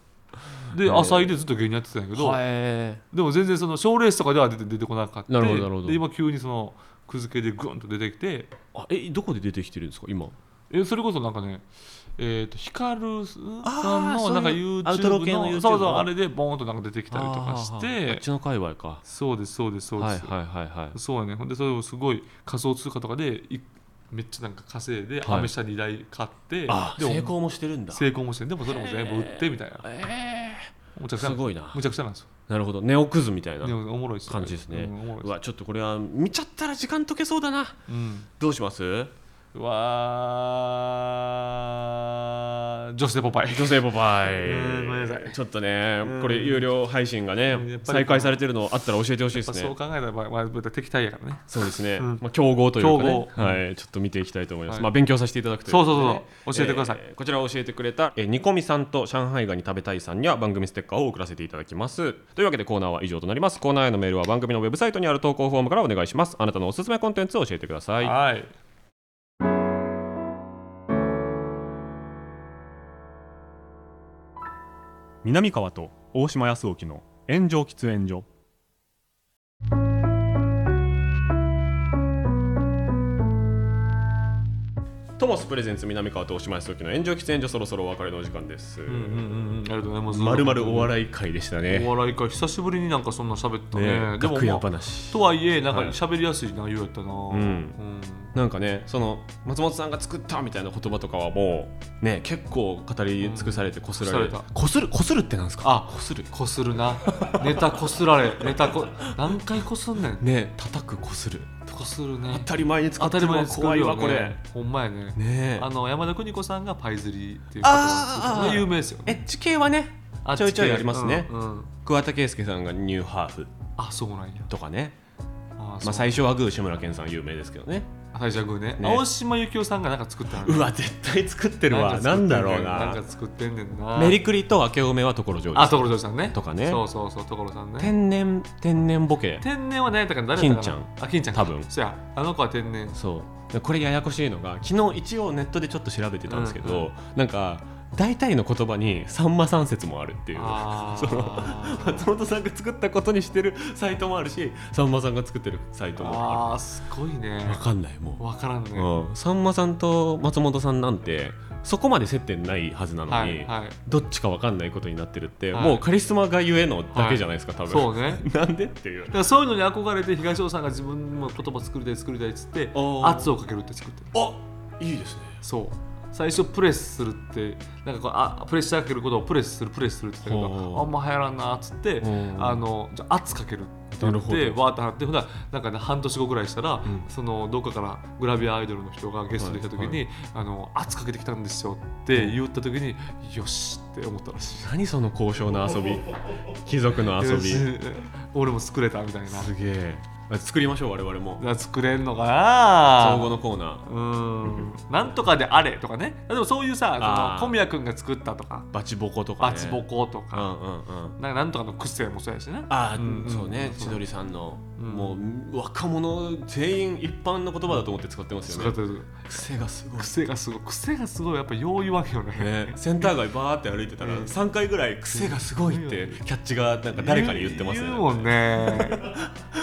[SPEAKER 2] で朝入でずっと芸人やってたんやけど、
[SPEAKER 1] へ
[SPEAKER 2] でも全然その賞レースとかでは出て出てこなかった
[SPEAKER 1] なるほどなるほど
[SPEAKER 2] で今急にそのくず系でグンと出てきて
[SPEAKER 1] ーあえどこで出てきてるんですか今
[SPEAKER 2] えそれこそなんかねえー、とヒカルさん
[SPEAKER 1] あーそ
[SPEAKER 2] の
[SPEAKER 1] ういう
[SPEAKER 2] なんか YouTube の
[SPEAKER 1] アウトロ系の YouTube
[SPEAKER 2] そうそう
[SPEAKER 1] の
[SPEAKER 2] あれでボーンとなんか出てきたりとかし
[SPEAKER 1] あーあってちの界隈か
[SPEAKER 2] そうですそうですそうです、
[SPEAKER 1] はいはいはいはい
[SPEAKER 2] そうやねほんでそれをすごい仮想通貨とかでいめっちゃなんか稼いで、
[SPEAKER 1] はい
[SPEAKER 2] アメ車2台買って
[SPEAKER 1] あ
[SPEAKER 2] でも
[SPEAKER 1] 成功もしてるんだ
[SPEAKER 2] 成功もしてでもそれも全部売ってみたいな
[SPEAKER 1] え
[SPEAKER 2] むちゃ
[SPEAKER 1] ー
[SPEAKER 2] く
[SPEAKER 1] す
[SPEAKER 2] ちゃなんです
[SPEAKER 1] ごいな
[SPEAKER 2] むちゃくちゃなんですよ
[SPEAKER 1] なるほどネオクズみたいな
[SPEAKER 2] でもおもろいっすよ
[SPEAKER 1] 感じですね
[SPEAKER 2] うんおもろいっ
[SPEAKER 1] う
[SPEAKER 2] す
[SPEAKER 1] わちょっとこれは見ちゃったら時間解けそうだな
[SPEAKER 2] うん
[SPEAKER 1] どうし ます
[SPEAKER 2] うわー女性ポパイ
[SPEAKER 1] 女性ポパイ
[SPEAKER 2] うんごめんなさい
[SPEAKER 1] ちょっとね
[SPEAKER 2] うん
[SPEAKER 1] これ有料配信がね
[SPEAKER 2] んやっぱり
[SPEAKER 1] 再開されてるのあったら教えてほしいで
[SPEAKER 2] やっぱ
[SPEAKER 1] すね
[SPEAKER 2] そう考えたら、まあまあ、敵対やからね
[SPEAKER 1] そうですね、
[SPEAKER 2] うん
[SPEAKER 1] まあ、競合というか、ね
[SPEAKER 2] 競合
[SPEAKER 1] はい、ちょっと見ていきたいと思います、
[SPEAKER 2] はい
[SPEAKER 1] まあ、勉強させていただくという
[SPEAKER 2] そうそ
[SPEAKER 1] こ
[SPEAKER 2] う
[SPEAKER 1] とでね
[SPEAKER 2] そうそう教えてください
[SPEAKER 1] えーこちらを教えてくれた、えー、ニコミさんと上海ガニ食べたいさんには番組ステッカーを送らせていただきますというわけでコーナーは以上となりますコーナーへのメールは番組のウェブサイトにある投稿フォームからお願いしますあなたのおすすめコンテンツを教えてください
[SPEAKER 2] はい
[SPEAKER 4] 南川と大島康沖の炎上喫煙所
[SPEAKER 1] トモスプレゼンツ南川とおしまいす時の炎上喫煙所そろそろお別れのお時間です、
[SPEAKER 2] うんうんうんうんありがとうございます
[SPEAKER 1] まるまるお
[SPEAKER 2] い
[SPEAKER 1] 笑い会でしたね
[SPEAKER 2] お笑いか久しぶりになんかそんな喋ったね
[SPEAKER 1] ね
[SPEAKER 2] でも、
[SPEAKER 1] 楽屋
[SPEAKER 2] まあ
[SPEAKER 1] 話
[SPEAKER 2] とはいえなんか
[SPEAKER 1] はい
[SPEAKER 2] 喋りやすい内容やったな、
[SPEAKER 1] ん
[SPEAKER 2] うん
[SPEAKER 1] なんかねその松本さんが作ったみたいな言葉とかはもうね結構語り尽くされてこすられて
[SPEAKER 2] うんこす
[SPEAKER 1] こする
[SPEAKER 2] られ
[SPEAKER 1] こするってなんですか
[SPEAKER 2] あこするこするな ネタこすられネタこ何回こすんねん
[SPEAKER 1] ね叩くこする
[SPEAKER 2] こするね
[SPEAKER 1] 当たり前に使
[SPEAKER 2] 当
[SPEAKER 1] ってるの
[SPEAKER 2] たり前
[SPEAKER 1] は
[SPEAKER 2] に作るよ
[SPEAKER 1] 怖いわこれ
[SPEAKER 2] ねほんまやね
[SPEAKER 1] ねえ
[SPEAKER 2] あの山田邦子さんがパイズリっていう言葉を使う
[SPEAKER 1] あーあーあー
[SPEAKER 2] 有名ですよね
[SPEAKER 1] エッジ系はね
[SPEAKER 2] あっ
[SPEAKER 1] ちょいちょいありますね
[SPEAKER 2] うんうん
[SPEAKER 1] 桑田佳祐さんがニューハーフ
[SPEAKER 2] あそうなんや
[SPEAKER 1] とかね
[SPEAKER 2] あー
[SPEAKER 1] まあ
[SPEAKER 2] そう
[SPEAKER 1] 最初はグー志村けんさん有名ですけどね
[SPEAKER 2] 最初はグーね
[SPEAKER 1] ね
[SPEAKER 2] 青島由紀夫さんがなんか作ったのね
[SPEAKER 1] うわ絶対作ってるわ
[SPEAKER 2] か作
[SPEAKER 1] な
[SPEAKER 2] って
[SPEAKER 1] ん
[SPEAKER 2] んね
[SPEAKER 1] だろう
[SPEAKER 2] なん
[SPEAKER 1] な
[SPEAKER 2] か作ってんねんな
[SPEAKER 1] メリクリと明けおめは所ジョージさん
[SPEAKER 2] あ所ジョージさんね
[SPEAKER 1] とかね
[SPEAKER 2] そうそうそう所さんね
[SPEAKER 1] 天然天然ボケ
[SPEAKER 2] 天然は何やったかな誰やったかな
[SPEAKER 1] 金
[SPEAKER 2] あ金ちゃん
[SPEAKER 1] 多分
[SPEAKER 2] そやあの子は天然
[SPEAKER 1] そうでこれややこしいのが昨日一応ネットでちょっと調べてたんですけど、
[SPEAKER 2] うんう
[SPEAKER 1] なんか大体の言葉にさんま三節もあるっていう
[SPEAKER 2] あ
[SPEAKER 1] その
[SPEAKER 2] ー
[SPEAKER 1] 松本さんが作ったことにしてるサイトもあるしさんまさんが作ってるサイトもあ
[SPEAKER 2] あーすごいね
[SPEAKER 1] る分かんないも
[SPEAKER 2] わからん
[SPEAKER 1] う、
[SPEAKER 2] ね
[SPEAKER 1] うん、さんまさんと松本さんなんてそこまで接点ないはずなの
[SPEAKER 2] は
[SPEAKER 1] に、
[SPEAKER 2] いはい
[SPEAKER 1] どっちか分かんないことになってるって、
[SPEAKER 2] はい
[SPEAKER 1] もうカリスマがゆえのだけじゃないですか、多分
[SPEAKER 2] そうね
[SPEAKER 1] なんでっていう
[SPEAKER 2] だからそういうのに憧れて東尾さんが自分の言葉作りたい作りたいっつって
[SPEAKER 1] おー
[SPEAKER 2] 圧をかけるって作ってる
[SPEAKER 1] あいいですね
[SPEAKER 2] そう最初プレスするってなんかこうあプレッシャーかけることをプレスするプレスするって言ってたけ
[SPEAKER 1] ほう
[SPEAKER 2] どあんま流行らんなっつって
[SPEAKER 1] ん
[SPEAKER 2] あのじゃあ圧かけるって
[SPEAKER 1] なる
[SPEAKER 2] 言っ
[SPEAKER 1] ほ
[SPEAKER 2] て
[SPEAKER 1] ど
[SPEAKER 2] わーってなってほんならなんかね半年後ぐらいしたら、
[SPEAKER 1] ん
[SPEAKER 2] そのどっかからグラビアアイドルの人がゲストで来た時に、
[SPEAKER 1] はいは
[SPEAKER 2] あの圧かけてきたんですよって言った時に、よしって思ったらしい。
[SPEAKER 1] 何その高尚な 遊び貴族の遊び
[SPEAKER 2] よ
[SPEAKER 1] す
[SPEAKER 2] し 俺も作れたみたいな
[SPEAKER 1] げえあ作りましょう我々も
[SPEAKER 2] あ作れんのか
[SPEAKER 1] 総合
[SPEAKER 2] な
[SPEAKER 1] のコーナ
[SPEAKER 2] うーんなんとかであれとかねでもそういうさ
[SPEAKER 1] あー
[SPEAKER 2] その小宮君が作ったとか
[SPEAKER 1] ーバチボコとか、ね、
[SPEAKER 2] バチボコと
[SPEAKER 1] うんう
[SPEAKER 2] か、
[SPEAKER 1] んうん
[SPEAKER 2] なんかなんとかの癖もそうやしね
[SPEAKER 1] ああ、
[SPEAKER 2] うん
[SPEAKER 1] そうね
[SPEAKER 2] うん
[SPEAKER 1] 千鳥さんの、
[SPEAKER 2] うん
[SPEAKER 1] もう若者全員一般の言葉だと思って使ってます
[SPEAKER 2] 使
[SPEAKER 1] よ
[SPEAKER 2] って
[SPEAKER 1] ね
[SPEAKER 2] る
[SPEAKER 1] 癖がすごい
[SPEAKER 2] 癖がすごい癖がすごいやっぱよう言わんよね
[SPEAKER 1] ね、センター街バーって歩いてたら
[SPEAKER 2] うん
[SPEAKER 1] 3回ぐらい癖がすごいってキャッチがなんか誰かに言ってますね
[SPEAKER 2] 言う言うもんね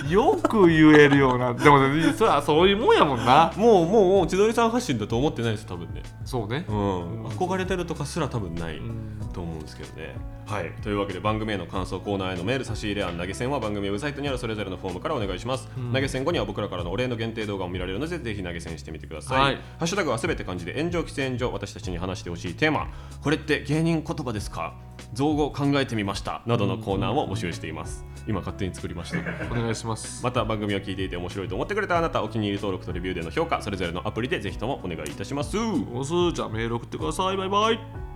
[SPEAKER 2] よく言えるようなでも、ね、それはそういうもんやもんな
[SPEAKER 1] もうもうもう千鳥さん発信だと思ってないです多分ね、
[SPEAKER 2] そうね
[SPEAKER 1] う、ん、憧れてるとかすら多分ない、
[SPEAKER 2] うん
[SPEAKER 1] と思うんですけどね。はい、というわけで番組への感想コーナーへのメール差し入れ案投げ銭は番組ウェブサイトにあるそれぞれのフォームからお願いします、投げ銭後には僕らからのお礼の限定動画も見られるのでぜひ投げ銭してみてください、
[SPEAKER 2] はい
[SPEAKER 1] ハッシュタグはすべて漢字で炎上喫煙所私たちに話してほしいテーマこれって芸人言葉ですか造語考えてみましたなどのコーナーも募集しています今勝手に作りました
[SPEAKER 2] お願いします
[SPEAKER 1] また番組を聞いていて面白いと思ってくれたあなたお気に入り登録とレビューでの評価それぞれのアプリでぜひともお願いいたします
[SPEAKER 2] おすじゃあメール送ってくださいバイバイ